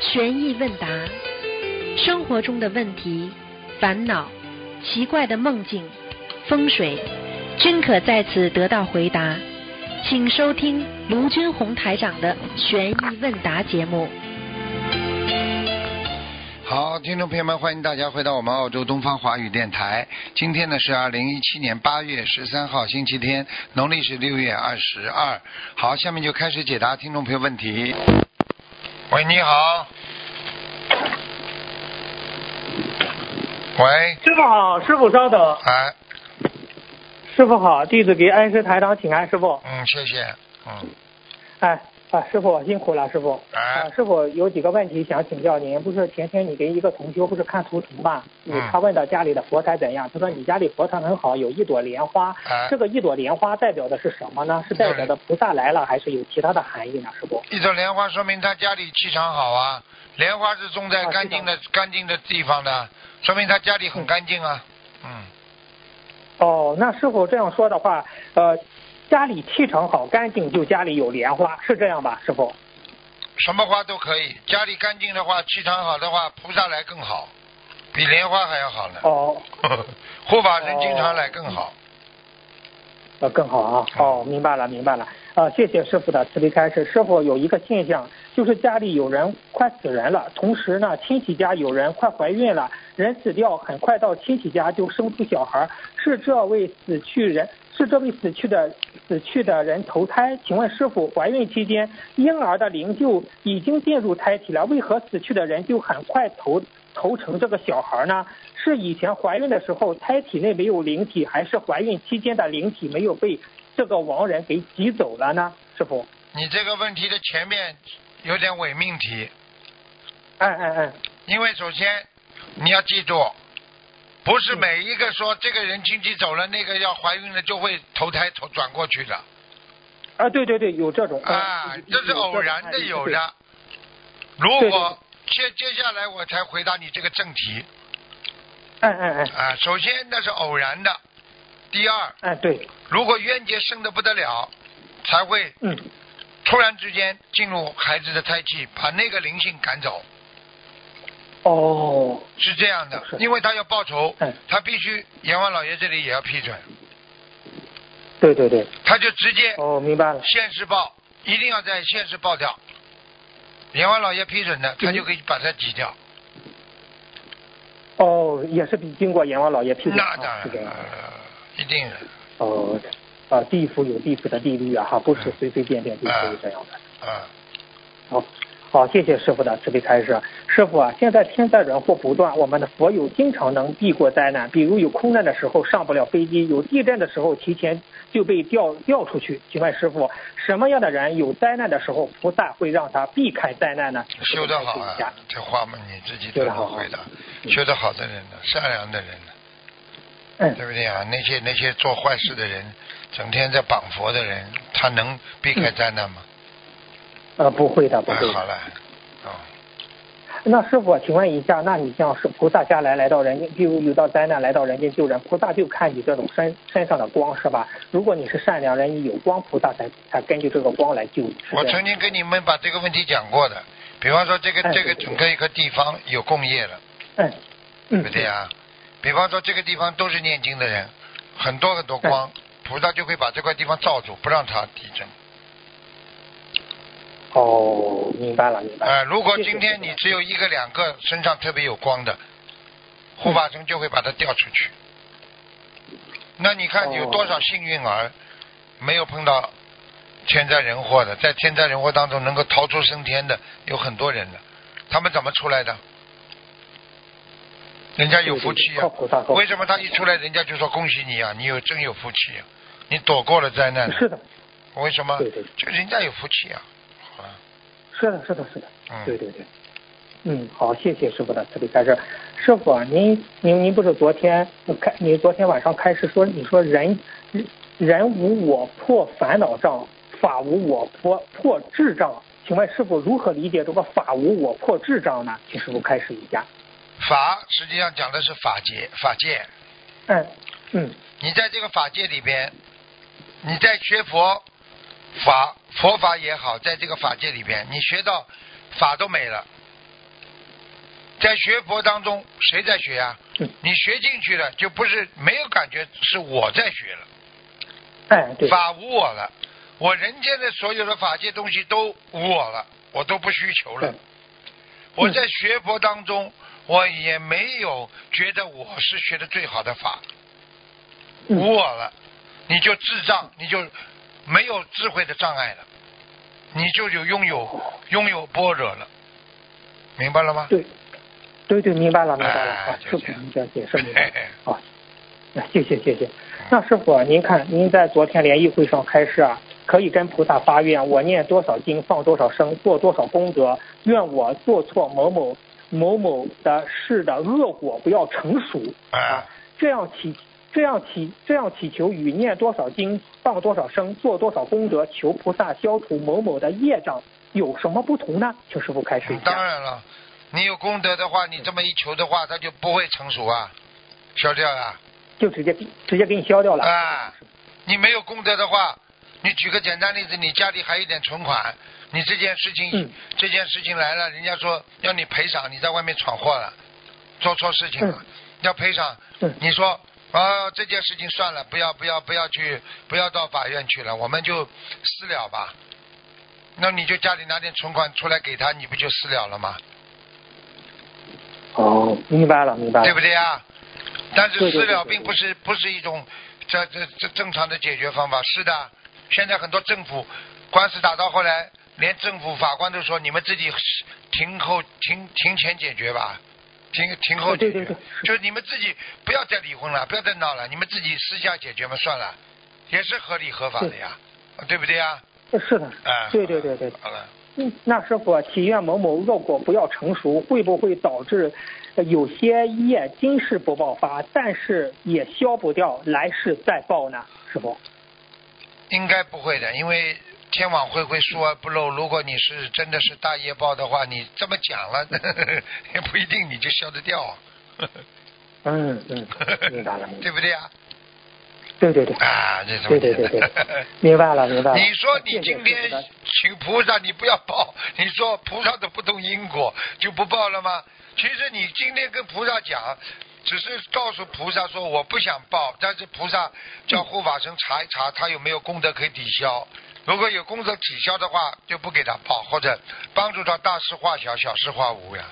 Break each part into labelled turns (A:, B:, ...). A: 悬疑问答，生活中的问题、烦恼、奇怪的梦境、风水，均可在此得到回答。请收听卢军红台长的悬疑问答节目。
B: 好，听众朋友们，欢迎大家回到我们澳洲东方华语电台。今天呢是二零一七年八月十三号，星期天，农历是六月二十二。好，下面就开始解答听众朋友问题。喂，你好。喂，
C: 师傅好，师傅稍等。
B: 哎，
C: 师傅好，弟子给恩师台长请安，师傅。
B: 嗯，谢谢，嗯，
C: 哎啊，师傅辛苦了，师傅。啊
B: 哎，，
C: 师傅有几个问题想请教您，不是前天你给一个同修不是看图腾嘛？
B: 嗯
C: 他问到家里的佛台怎样，他说你家里佛堂很好，有一朵莲花。
B: 哎嗯
C: 这，个一朵莲花代表的是什么呢？是代表的菩萨来了，还是有其他的含义呢？师傅？
B: 一朵莲花说明他家里气场好啊，莲花是种在
C: 啊
B: 干净的、干净的地方的，说明他家里很
C: 嗯
B: 干净啊，嗯。
C: 哦，那师傅这样说的话，呃，家里气场好干净，就家里有莲花，是这样吧，师傅？
B: 什么花都可以，家里干净的话，气场好的话，菩萨来更好，比莲花还要好呢。
C: 哦，
B: 护法神经常来更好。
C: 呃，更好啊。哦，明白了，明白了。啊，谢谢师傅的慈悲开示。师傅有一个现象，就是家里有人快死人了，同时呢，亲戚家有人快怀孕了，人死掉，很快到亲戚家就生出小孩儿，是这位死去人，是这位死去的死去的人投胎。请问师傅，怀孕期间婴儿的灵柩已经进入胎体了，为何死去的人就很快投投成这个小孩呢？是以前怀孕的时候胎体内没有灵体，还是怀孕期间的灵体没有被这个亡人给挤走了呢？师傅，
B: 你这个问题的前面有点伪命题，
C: 哎哎哎，
B: 因为首先你要记住，不是每一个说这个人亲戚走了，那个要怀孕了就会投胎投转过去的
C: 啊对对对，有这种
B: 啊
C: 有，
B: 这是
C: 有种
B: 偶然的
C: 案例
B: 有
C: 对
B: 的。如
C: 对
B: 果接接下来我才回答你这个正题
C: 哎哎哎
B: 啊，首先那是偶然的，第二
C: 哎，对，
B: 如果冤结生的不得了，才会
C: 嗯，
B: 突然之间进入孩子的胎气，把那个灵性赶走，
C: 哦，
B: 是这样的
C: 是。
B: 因为他要报仇
C: 嗯，
B: 他必须阎王老爷这里也要批准，
C: 对对对，
B: 他就直接
C: 哦，明白了，
B: 现世报，一定要在现世报掉。阎王老爷批准的，他
C: 嗯
B: 就可以把它挤掉。
C: 哦，也是比经过阎王老爷批准
B: 那
C: 啊，
B: 当然
C: 是这样的。
B: 了，一定的。
C: 哦，啊，地府有地府的地律啊，哈，不是随随便便就可
B: 嗯
C: 以这样的。
B: 啊，
C: 好，好，谢谢师傅的慈悲开示。师傅啊，现在天灾人祸不断，我们的佛友经常能避过灾难，比如有空难的时候上不了飞机，有地震的时候提前就被调调出去。请问师傅，什么样的人有灾难的时候，菩萨会让他避开灾难呢？
B: 修得好
C: 一下
B: 啊，这话嘛你自己
C: 修
B: 都
C: 得好
B: 能回答。修得好的人呢，善良的人呢，
C: 嗯
B: 对不对啊？那些那些做坏事的人，整天在绑佛的人，他能避开灾难吗？
C: 呃，不会的，不
B: 哎
C: 会，的
B: 好。了，哦，
C: 那师傅，请问一下，那你像是菩萨下来来到人间，比如遇到灾难来到人间救人，菩萨就看你这种身身上的光是吧？如果你是善良人，你有光，菩萨才才根据这个光来救你。是这
B: 我
C: 样
B: 曾经跟你们把这个问题讲过的，比方说这个
C: 哎
B: 这个
C: 对对对
B: 整个一个地方有共业了，
C: 嗯
B: 对
C: 嗯，
B: 不对啊？比方说这个地方都是念经的人，很多很多光，菩萨就会把这块地方罩住，不让它地震。
C: 哦，明白了，明白了。
B: 呃，如果
C: 谢谢
B: 今天
C: 谢谢
B: 你只有一个两个身上特别有光的，护
C: 嗯
B: 法神就会把它调出去。那你看有
C: 哦
B: 多少幸运儿没有碰到天灾人祸的，在天灾人祸当中能够逃出升天的有很多人的，他们怎么出来的？人家有福气
C: 靠
B: 啊！
C: 菩萨靠。
B: 为什么他一出来人家就说恭喜你啊？你有真有福气、啊，你躲过了灾难、
C: 是的，
B: 为什么
C: 对对？
B: 就人家有福气啊！啊
C: 是的，是的，是的，
B: 嗯，
C: 对对对。嗯，好，谢谢师傅的慈悲开示。师傅啊，您您您不是昨天开，您昨天晚上开始说，你说人人无我破烦恼障，法无我破破智障。请问师傅如何理解这个法无我破智障呢？请师傅开始一下。
B: 法实际上讲的是法界，法界。
C: 嗯嗯
B: 你在这个法界里边，你在学佛法佛法也好，在这个法界里边，你学到法都没了，在学佛当中，谁在学啊？
C: 嗯
B: 你学进去了，就不是没有感觉是我在学了，
C: 哎，对，
B: 法无我了，我人间的所有的法界东西都无我了，我都不需求了
C: 嗯。
B: 我在学佛当中，我也没有觉得我是学的最好的法，
C: 嗯
B: 无我了，你就智障，你就没有智慧的障碍了，你就有拥有拥有般若了，明白了吗？
C: 对，对对，明白了，明白了，
B: 哎
C: 啊，
B: 就这
C: 师傅
B: 样，
C: 您这解释明白了啊，那谢谢谢谢。那师傅，啊您看您在昨天联谊会上开示啊，可以跟菩萨发愿，我念多少经，放多少生，做多少功德，愿我做错某某某某的事的恶果不要成熟
B: 啊
C: 啊，这样祈这样祈这样祈求与念多少经，放多少生，做多少功德，求菩萨消除某某的业障，有什么不同呢？请师傅开示一下。
B: 嗯当然了，你有功德的话，你这么一求的话，它就不会成熟啊，消掉啊。
C: 就直接给直接给你消掉了。
B: 啊，你没有功德的话，你举个简单例子，你家里还有一点存款，你这件事情、
C: 嗯
B: 这件事情来了，人家说要你赔偿，你在外面闯祸了，做错事情了，要赔偿，
C: 嗯
B: 你说。啊、这件事情算了，不要不要不要去，不要到法院去了，我们就私了吧。那你就家里拿点存款出来给他，你不就私了了吗？
C: 哦，明白了，明白
B: 对
C: 了。
B: 不对啊？但是
C: 对对
B: 私
C: 对
B: 了
C: 对
B: 并
C: 对
B: 不是不是一种这这这正常的解决方法。是的，现在很多政府官司打到后来，连政府法官都说你们自己庭后庭庭前解决吧，庭庭后解
C: 啊对
B: 决，
C: 对对
B: 就是你们自己不要再离婚了，不要再闹了，你们自己私下解决嘛，算了，也是合理合法的呀，对不对呀？
C: 是的，
B: 啊，
C: 对对对对。
B: 好了，
C: 嗯，那师傅，祈愿某某恶果不要成熟，会不会导致呃有些业今世不爆发，但是也消不掉，来世再报呢？师傅，
B: 应该不会的，因为天网恢恢，疏而不漏。如果你是真的是大业报的话，你这么讲了， 也不一定你就消得掉啊，
C: 嗯嗯，明白了，明白
B: 对
C: 了，
B: 不对啊？
C: 对对对，
B: 啊，这怎么
C: 对对对
B: 简单
C: 明白了，明白了。
B: 你说你今
C: 谢谢师
B: 天
C: 傅的
B: 请菩萨，你不要报，你说菩萨都不懂因果，就不报了吗？其实你今天跟菩萨讲，只是告诉菩萨说我不想报，但是菩萨叫护法神查一查，他有没有功德可以抵消。如果有功德抵消的话，就不给他报，或者帮助他大事化小，小事化无呀。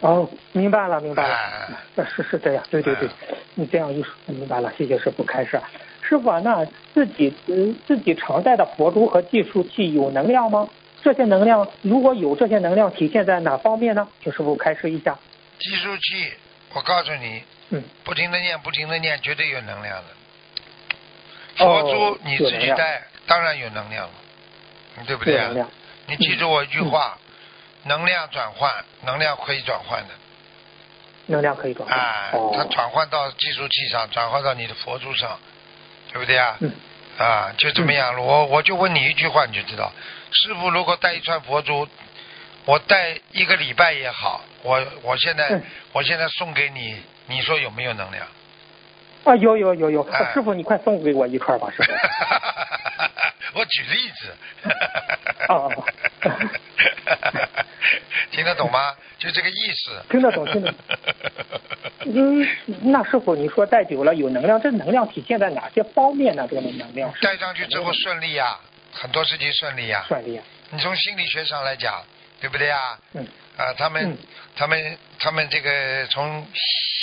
C: 哦，明白了，明白
B: 哎
C: 了，呃是是这样，对对对，你这样一说明白了，谢谢师傅开示。师傅啊，那自己嗯、自己常带的佛珠和计数器有能量吗？这些能量如果有，这些能量体现在哪方面呢？请师傅开示一下。
B: 计数器，我告诉你，
C: 嗯，
B: 不停的念，不停的念，绝对有能量的。佛
C: 哦
B: 珠你自
C: 有能
B: 己
C: 量
B: 带，当然有能量了，嗯对不
C: 有
B: 对啊
C: 能？量。嗯
B: 你记住我一句话，能量转换，能量可以转换的，
C: 能量可以转化。
B: 啊，它
C: 哦，
B: 转换到计数器上，转换到你的佛珠上，对不对啊？
C: 嗯，
B: 啊，就这么样，我我就问你一句话，你就知道，师傅如果带一串佛珠，我带一个礼拜也好，我我现在、
C: 嗯
B: 我现在送给你，你说有没有能量？
C: 啊，有有有有，
B: 哎
C: 师傅你快送给我一串吧，师傅。
B: 我举例子。
C: 哦
B: 听得懂吗？就这个意 思。
C: 听得懂听得懂嗯，那师傅你说戴久了有能量，这能量体现在哪些方面呢？这个能量是
B: 戴上去之后顺利呀、很多事情顺利呀、
C: 算力啊。
B: 你从心理学上来讲，对不对呀、啊？
C: 嗯
B: 他们、
C: 嗯
B: 他们他们这个从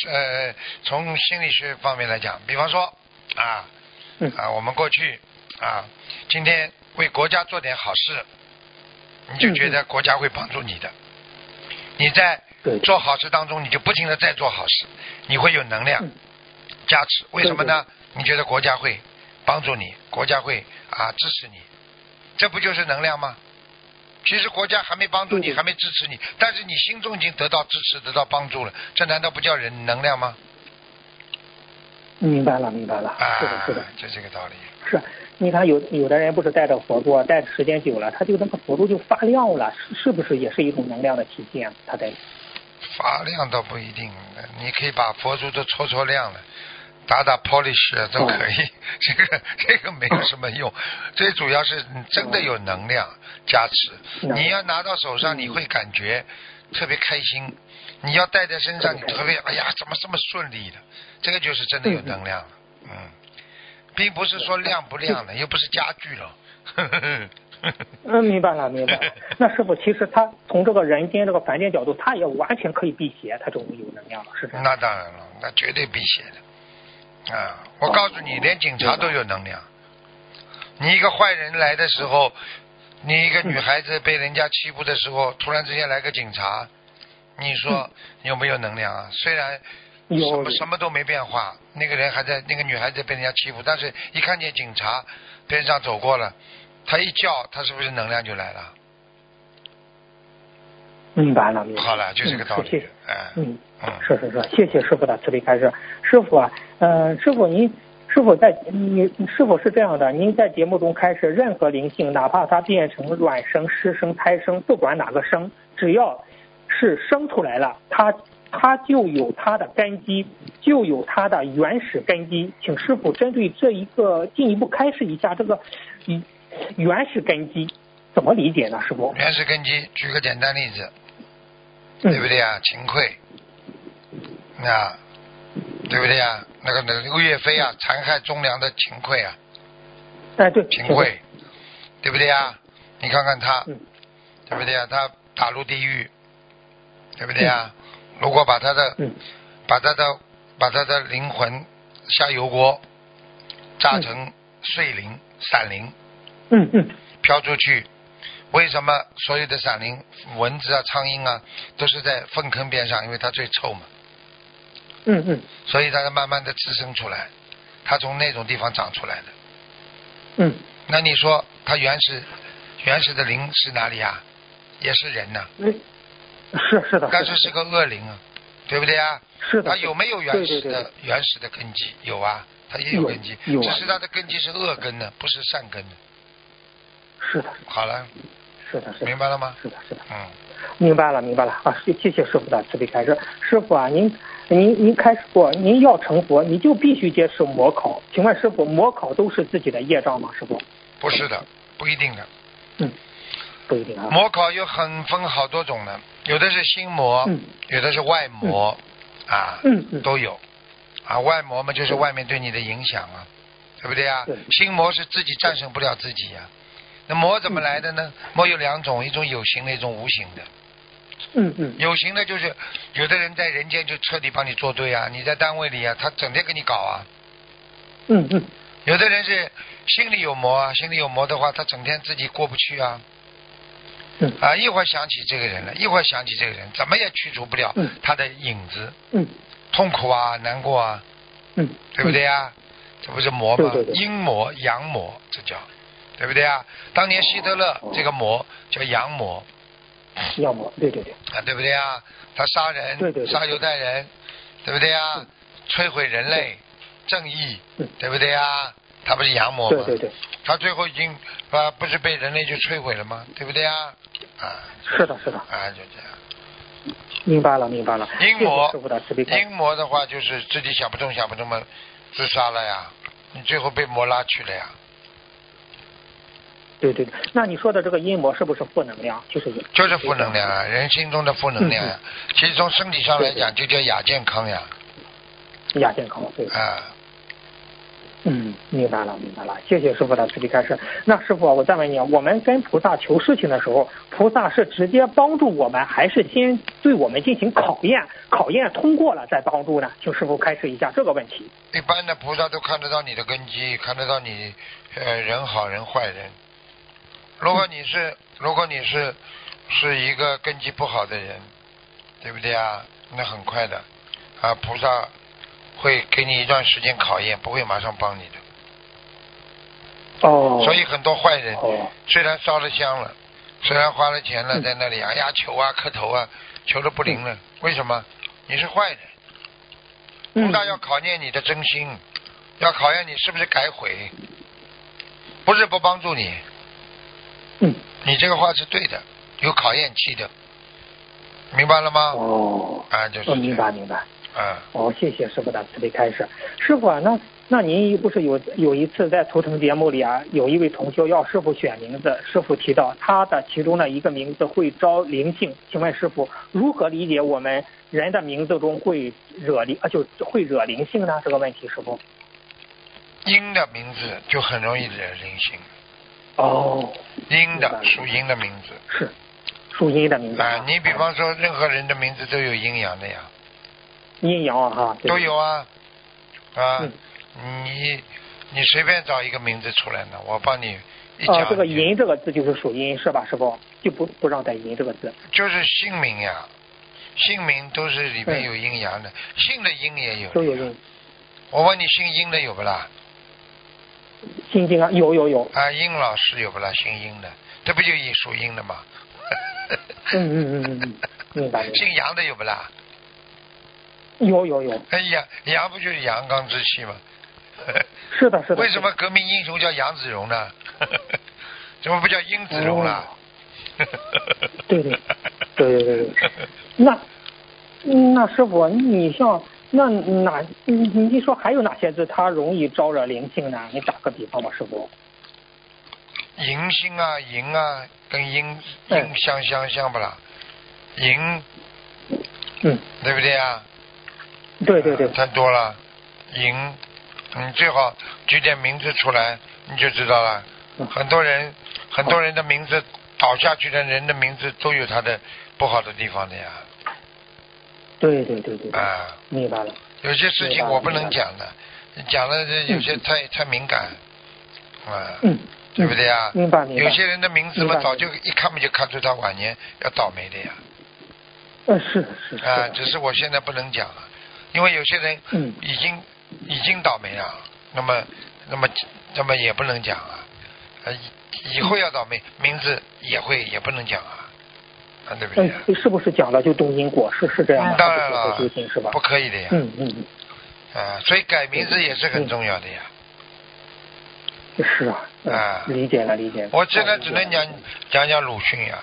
B: 呃从心理学方面来讲，比方说啊
C: 嗯
B: 啊，我们过去啊，今天为国家做点好事，你就
C: 嗯
B: 觉得国家会帮助你的。你在
C: 对
B: 做好事当中，你就不停的在做好事，你会有能量
C: 嗯
B: 加持。为什么呢？你觉得国家会帮助你，国家会啊支持你，这不就是能量吗？其实国家还没帮助
C: 对
B: 你，
C: 对
B: 还没支持你，但是你心中已经得到支持、得到帮助了，这难道不叫人能量吗？
C: 明白了，明白了，
B: 啊，
C: 是的，是的，
B: 就这个道理。
C: 是。啊你看有有的人不是戴着佛珠，戴的时间久了，他就那个佛珠就发亮了，是是不是也是一种能量的体现？他在
B: 发亮倒不一定，你可以把佛珠都搓搓亮了，打打 polish 啊都可以。
C: 哦
B: 这个这个没有什么用，最主要是你真的有能量加持。
C: 能量
B: 你要拿到手上，你会感觉特别开心，你要带在身上，你特别哎呀，怎么这么顺利的？这个就是真的有能量了，嗯，并不是说亮不亮的，又不是家具了。 呵呵呵
C: 嗯，明白了，明白了。 那师傅，其实他从这个人间这个凡间角度，他也完全可以辟邪，他这种有能量了，是这样。
B: 那当然了，那绝对辟邪的。啊，我告诉
C: 哦
B: 你，连警察都有能量。你一个坏人来的时候，你一个女孩子被人家欺负的时候，突然之间来个警察，你说有没有能量啊？虽然什
C: 嗯有
B: 么什么都没变化，那个人还在，那个女孩子被人家欺负，但是一看见警察边上走过了，她一叫，她是不是能量就来了？
C: 明白了，明白了。
B: 好了，就这个道
C: 嗯
B: 理
C: 谢谢。
B: 哎，
C: 嗯，
B: 嗯
C: 是是是，谢谢师傅的慈悲开示。师傅啊，呃，师傅您是否在你是否是这样的？您在节目中开示，任何灵性，哪怕它变成卵生、湿生、胎生，不管哪个生，只要是生出来了，它它就有它的根基，就有它的原始根基。请师傅针对这一个进一步开示一下这个嗯原始根基怎么理解呢？师傅？
B: 原始根基，举个简单例子，
C: 嗯
B: 对不对啊？秦桧，啊，对不对啊？那个那个岳飞啊，
C: 嗯
B: 残害忠良的秦桧啊，
C: 哎，对，
B: 秦
C: 请
B: 桧，对不对啊？你看看他，
C: 嗯
B: 对不对啊？他打入地狱，对不对啊？如果把他的
C: 嗯
B: 把他的把他的灵魂下油锅，炸成碎灵、散灵，
C: 嗯嗯，
B: 飘出去。为什么所有的闪灵、蚊子啊、苍蝇啊，都是在粪坑边上？因为它最臭嘛，
C: 嗯嗯
B: 所以它才慢慢的滋生出来，它从那种地方长出来的。
C: 嗯，
B: 那你说它原始原始的灵是哪里啊？也是人呐、
C: 嗯，是是的，
B: 但是是
C: 的
B: 个恶灵啊，对不对啊？
C: 是的，
B: 它有没有原始的
C: 对对对对
B: 原始的根基？有啊，它也有
C: 有
B: 根基，
C: 有啊
B: 只是它的根基是恶根呢，不是善根呢。
C: 是的，
B: 好了，
C: 是的，是的
B: 明，白了吗？
C: 是的，是的，
B: 嗯，
C: 明白了，明白了啊！谢谢谢师傅的慈悲开示。师傅啊，您您您开始过，您要成佛，你就必须接受魔考。请问师傅，魔考都是自己的业障吗？师傅？
B: 不是的，不一定的。
C: 嗯，不一定啊。
B: 魔考有很分好多种的，有的是心魔，
C: 嗯
B: 有的是外魔，啊，
C: 嗯嗯
B: 都有。啊，外魔嘛，就是外面对你的影响啊，对不对啊
C: 对？
B: 心魔是自己战胜不了自己呀、啊那魔怎么来的呢？魔有两种，一种有形的，一种无形的。
C: 嗯嗯
B: 有形的就是有的人在人间就彻底帮你作对啊，你在单位里啊，他整天跟你搞啊。
C: 嗯嗯
B: 有的人是心里有魔啊，心里有魔的话，他整天自己过不去啊。
C: 嗯
B: 啊，一会儿想起这个人了，一会儿想起这个人，怎么也去除不了
C: 嗯
B: 他的影子，
C: 嗯
B: 痛苦啊，难过啊，
C: 嗯，
B: 对不对？呀、这不是魔吗
C: 对对？对
B: 阴魔、阳魔，这叫，对不对啊？当年希特
C: 哦
B: 勒这个魔叫阳魔
C: 嗯要么对对对，
B: 啊，对不对啊？他杀人，
C: 对对对
B: 杀犹太人，对不对啊？摧毁人类正义
C: 嗯，
B: 对不对啊？他不是阳魔吗？
C: 对对对，
B: 他最后已经啊，不是被人类就摧毁了吗？对不对啊？啊
C: 是的，是的，
B: 啊，就这样。
C: 明白了，明白了。谢
B: 阴
C: 谢
B: 魔
C: 师傅的慈悲，开示。
B: 阴魔的话就是自己想不通想不通嘛，自杀了呀，你最后被魔拉去了呀，
C: 对对，对那你说的这个阴魔是不是负能量？就是有
B: 就是负能量啊，人心中的负能量呀。其实从身体上来讲，就叫亚健康呀，
C: 亚健康，对。
B: 啊，
C: 嗯，明白了，明白了，谢谢师傅的慈悲开示。那师傅啊，我再问你，我们跟菩萨求事情的时候，菩萨是直接帮助我们，还是先对我们进行考验？考验通过了再帮助呢？请师傅开示一下这个问题。
B: 一般的菩萨都看得到你的根基，看得到你呃人好人坏人。如果你是如果你是是一个根基不好的人，对不对啊？那很快的啊，菩萨会给你一段时间考验，不会马上帮你的。
C: 哦
B: 所以很多坏人
C: 哦，
B: 虽然烧了香了，虽然花了钱了，
C: 嗯
B: 在那里哎呀求啊磕头啊，求的不灵了，为什么？你是坏人。菩
C: 嗯，
B: 萨要考验你的真心，要考验你是不是改悔，不是不帮助你，
C: 嗯，
B: 你这个话是对的，有考验期的，明白了吗？
C: 哦，
B: 啊，就是
C: 我
B: 这
C: 明
B: 样
C: 白明白。
B: 嗯，
C: 哦，谢谢师傅的慈悲开示。师傅啊，那那您不是有有一次在图腾节目里啊，有一位同修要师傅选名字，师傅提到他的其中的一个名字会招灵性，请问师傅如何理解我们人的名字中会惹灵啊，就会惹灵性呢？这个问题，师傅。
B: 阴的名字就很容易惹灵性，
C: 哦，
B: 阴
C: 明白
B: 的
C: 了
B: 属阴的名字。
C: 是属阴的名字
B: 啊，你比方说任何人的名字都有阴阳的呀，
C: 阴阳啊，哈，对
B: 都有啊，啊，
C: 嗯
B: 你你随便找一个名字出来呢，我帮你一讲，
C: 啊，这个“
B: 你
C: 银”这个字就是属阴，是吧，师傅？就不不让带“银”这个字。
B: 就是姓名呀，姓名都是里面有阴阳的，姓的阴也有的呀
C: 都有用。
B: 我问你，姓殷的有不啦？
C: 心经啊，有有有，
B: 啊，殷老师有不啦？姓殷的，这不就也属阴的吗？
C: 嗯嗯嗯嗯嗯，明白明
B: 姓杨的有不啦？
C: 白，有有有，
B: 哎，杨杨不就是阳刚之气吗？
C: 是的是的。
B: 为什么革命英雄叫杨子荣呢？ 怎么不叫殷子荣啦？
C: 哦 对对对对对对。那嗯那师傅，你像那哪你你说还有哪些字它容易招惹灵性呢？你打个比方吧，师傅。
B: 银星啊，银啊，跟银
C: 嗯
B: 银相相相不啦？银
C: 嗯，
B: 对不对啊？
C: 对对对
B: 呃，太多了，银，你最好举点名字出来，你就知道了。
C: 嗯
B: 很多人，很多人的名字倒下去的人的名字都有他的不好的地方的呀。
C: 对对对对，对
B: 啊，
C: 明白了。
B: 有些事
C: 明白
B: 情
C: 了
B: 我不能讲的，讲了这有些太太敏感，啊，
C: 嗯，
B: 对不对啊？
C: 明白明白。
B: 有些人的名字嘛，
C: 明白
B: 早就一看嘛就看出他晚年要倒霉的呀。
C: 嗯是是是的。
B: 啊，只是我现在不能讲了，因为有些人
C: 嗯
B: 已经、已经倒霉了，那么那么那么也不能讲啊，呃，以以后要倒霉，名字也会也不能讲啊，啊，对不对
C: 嗯
B: 啊？，
C: 是不是讲了就动因果？是是这样吗？
B: 嗯当然
C: 还
B: 了
C: 是不会修心是吧？
B: 不可以的呀，
C: 嗯嗯嗯。
B: 啊，所以改名字也是很重要的呀。
C: 是啊，嗯
B: 啊
C: 理解了理解了。
B: 我现在
C: 理
B: 只
C: 解了
B: 能讲讲讲鲁迅呀、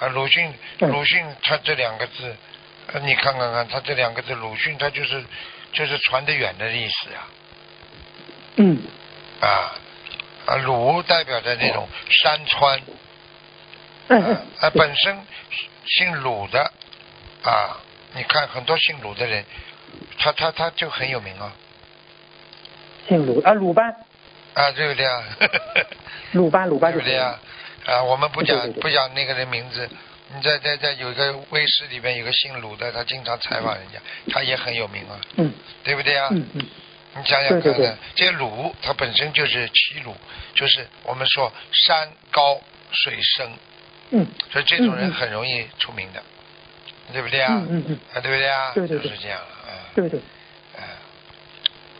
B: 啊，鲁迅，
C: 嗯
B: 鲁迅他这两个字，呃你看看看，他这两个字，鲁迅他就是就是传得远的意思呀、
C: 嗯，
B: 啊，啊，鲁代表着那种山川，
C: 嗯
B: 啊，啊本身姓鲁的，啊，你看很多姓鲁的人，他他他就很有名啊，
C: 姓鲁啊，鲁班，
B: 啊，对不对啊？
C: 鲁班，鲁班
B: 对
C: 就
B: 不
C: 是
B: 对啊？啊，我们不讲
C: 对对对
B: 不讲那个人名字，你在在在有一个卫视里边有个姓鲁的，他经常采访人家，他也很有名啊，
C: 嗯
B: 对不对啊？
C: 嗯嗯，
B: 你想想看看，
C: 对对对
B: 这鲁它本身就是齐鲁，就是我们说山高水深，
C: 嗯
B: 所以这种
C: 嗯
B: 人
C: 嗯
B: 很容易出名的，对不对啊？
C: 嗯嗯嗯，
B: 啊，对不对啊？
C: 对对对
B: 就是这样啊。
C: 对对，
B: 嗯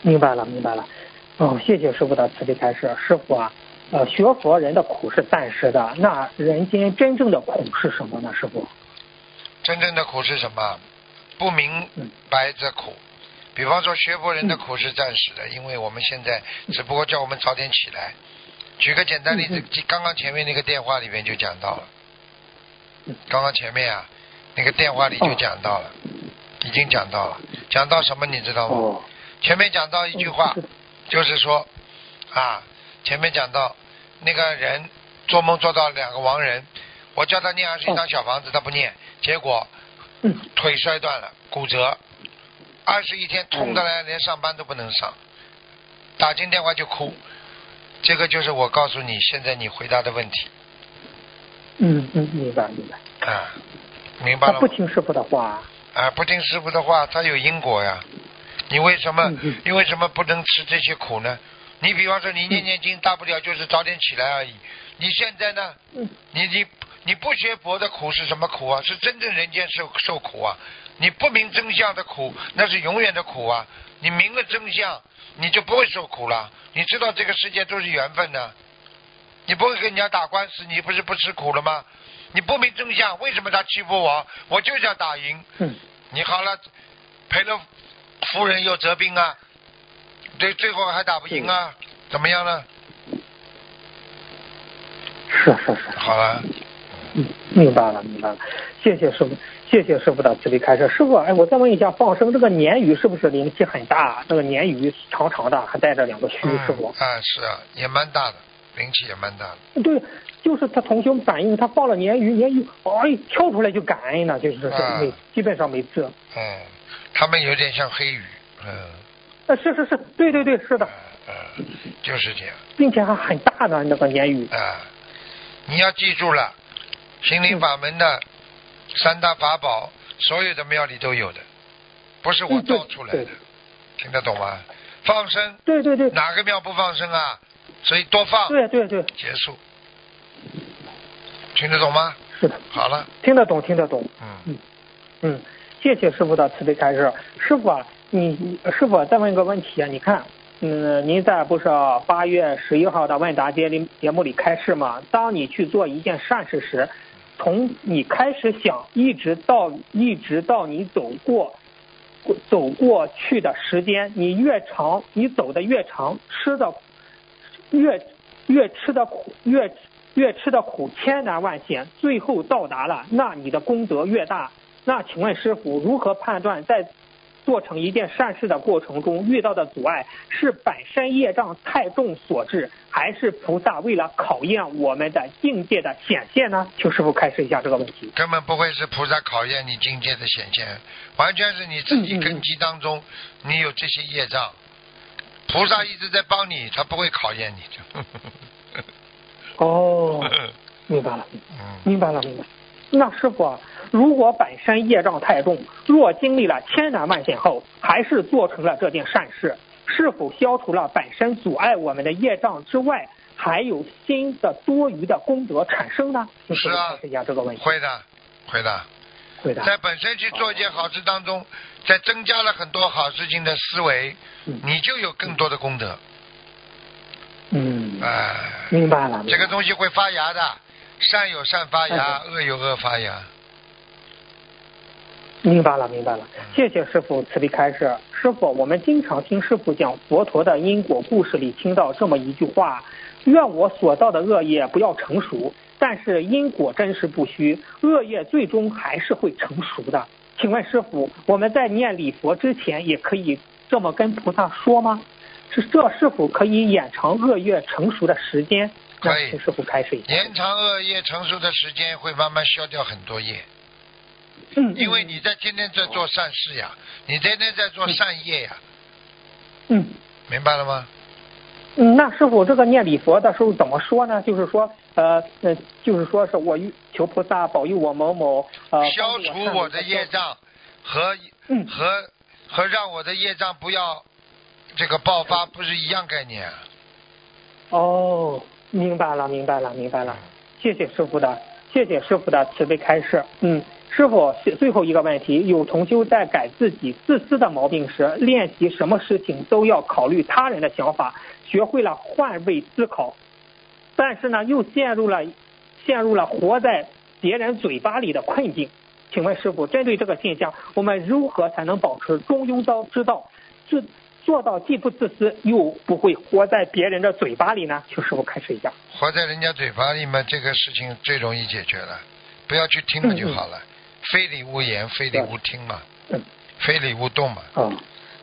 C: 明白了明白了。哦，谢谢师傅的慈悲开示，师傅啊。呃，学佛人的苦是暂时的，那人间真正的苦是什么呢？师傅？
B: 真正的苦是什么？不明
C: 嗯
B: 白则苦。比方说学佛人的苦是暂时
C: 嗯
B: 的，因为我们现在只不过叫我们早点起来。举个简单例子
C: 嗯，
B: 刚刚前面那个电话里面就讲到了
C: 嗯，
B: 刚刚前面啊，那个电话里就
C: 哦
B: 讲到了，已经讲到了，讲到什么你知道吗？
C: 哦，
B: 前面讲到一句话
C: 嗯是，
B: 就是说，啊，前面讲到那个人做梦做到两个亡人，我叫他念二十
C: 哦
B: 一张小房子，他不念，结果
C: 嗯，
B: 腿摔断了，骨折，二十一天痛
C: 嗯
B: 的嘞，连上班都不能上，打进电话就哭，
C: 嗯
B: 这个就是我告诉你现在你回答的问题
C: 嗯嗯，明白明白。
B: 啊，明白
C: 他
B: 了
C: 不
B: 吗？
C: 听师傅的话，
B: 啊，不听师傅的话，他有因果呀。你为什么
C: 嗯嗯
B: 你为什么不能吃这些苦呢？你比方说你念念经，大不了就是早点起来而已。你现在呢？
C: 嗯
B: 你你你不学佛的苦是什么苦啊？是真正人间受受苦啊！你不明真相的苦，那是永远的苦啊！你明了真相，你就不会受苦了。你知道这个世界都是缘分的、你不会跟人家打官司，你不是不吃苦了吗？你不明真相，为什么他欺负我？我就想打赢，
C: 嗯，
B: 你好了，赔了夫人又折兵啊，对，最后还打不赢啊，怎么样呢？
C: 是是是。
B: 好了，
C: 嗯，明白了，明白了，谢谢师傅，谢谢师傅的慈悲开示。师傅，哎，我再问一下，放生这个鲶鱼是不是灵气很大？那个鲶鱼长长的，还带着两个须，
B: 嗯，
C: 师傅。
B: 啊，是啊，也蛮大的，灵气也蛮大的。
C: 对，就是他同学们反映，他放了鲶鱼，鲶鱼哎跳出来就感恩了，就是
B: 啊
C: 每基本上每次。
B: 嗯，他们有点像黑鱼，嗯，
C: 啊，是是是，对对对，是的，
B: 嗯，就是这样
C: 并且还很大的那个鲶鱼。
B: 啊。你要记住了，心灵法门的三大法宝，所有的庙里都有的，不是我
C: 嗯对
B: 造出来的
C: 对，
B: 听得懂吗？放生，
C: 对对对，
B: 哪个庙不放生啊？所以多放，
C: 对对对，
B: 结束，听得懂吗？
C: 是的，
B: 好了，
C: 听得懂，听得懂。
B: 嗯，
C: 嗯，谢谢师傅的慈悲开示。师傅啊，你你师傅再问一个问题啊？你看，嗯，您在不是八月十一号的问答节里节目里开示吗？当你去做一件善事时，从你开始想，一直到一直到你走过。走过去的时间，你越长，你走的越长，吃的越越吃的苦，越越吃的苦，千难万险，最后到达了，那你的功德越大。那请问师傅，如何判断在做成一件善事的过程中遇到的阻碍是本身业障太重所致，还是菩萨为了考验我们的境界的显现呢？请师傅开示一下这个问题。
B: 根本不会是菩萨考验你境界的显现，完全是你自己
C: 嗯嗯嗯
B: 根基当中你有这些业障，菩萨一直在帮你，他不会考验你的。
C: 哦，明白了。
B: 嗯，
C: 明白了，明白了。那师傅啊，如果本身业障太重，若经历了千难万险后，还是做成了这件善事，是否消除了本身阻碍我们的业障之外，还有新的多余的功德产生呢？请
B: 是啊
C: 解释一下这个问题，
B: 会的，会的，
C: 回答。
B: 在本身去做一件好事当中，在增加了很多好事情的思维，
C: 嗯
B: 你就有更多的功德。
C: 嗯，
B: 哎，
C: 明白了。明白了
B: 这个东西会发芽的，善有善发芽，恶有恶发芽。
C: 明白了，明白了，
B: 嗯
C: 谢谢师傅慈悲开示。师傅，我们经常听师傅讲佛陀的因果故事里听到这么一句话：愿我所造的恶业不要成熟。但是因果真实不虚，恶业最终还是会成熟的。请问师傅，我们在念礼佛之前也可以这么跟菩萨说吗？是这是否可以延长恶业成熟的时间？那
B: 可以
C: 请师傅开示一下。
B: 延长恶业成熟的时间，会慢慢消掉很多业，
C: 嗯，
B: 因为你在天天在做善事呀，你天天在做善业呀，
C: 嗯。
B: 明白了吗？
C: 嗯，那师傅，这个念礼佛的时候怎么说呢？就是说，呃，呃，就是说是我求菩萨保佑我某某，呃，
B: 消除我的业
C: 障。
B: 障和
C: 嗯，
B: 和和让我的业障不要这个爆发，不是一样概念啊？
C: 哦，明白了，明白了，明白了。谢谢师傅的，谢谢师傅的慈悲开示。嗯，师傅最最后一个问题，有同修在改自己自私的毛病时，练习什么事情都要考虑他人的想法，学会了换位思考，但是呢，又陷入了陷入了活在别人嘴巴里的困境。请问师傅，针对这个现象，我们如何才能保持中庸道之道，自做到既不自私，又不会活在别人的嘴巴里呢？请师傅开始一下。
B: 活在人家嘴巴里嘛，这个事情最容易解决了，不要去听了就好了，非礼勿言，非礼勿听嘛
C: 嗯，
B: 非礼勿动嘛。
C: 啊、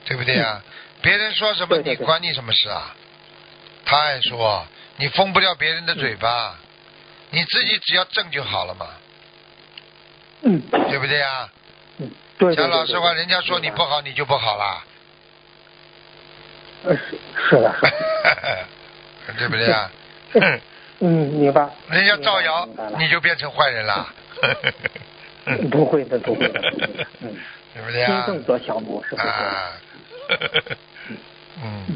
B: 对不对啊？别人说什么，
C: 嗯对对
B: 你
C: 对
B: 管你什么事啊？他还说，你封不了别人的嘴巴，你自己只要正就好了嘛，
C: 嗯，
B: 对不对啊？
C: 嗯，对对对
B: 讲老实话，人家说你
C: 明白
B: 不好，你就不好啦，
C: 呃是是的，是的，
B: 对不对 啊？
C: 对
B: 哼
C: 嗯，明白。
B: 人家造谣
C: 明白了，
B: 你就变成坏人 啦。
C: 不会的，不会 的，不会的嗯，
B: 对嗯不对
C: 心
B: 啊？
C: 正则强不是不是？
B: 啊，嗯，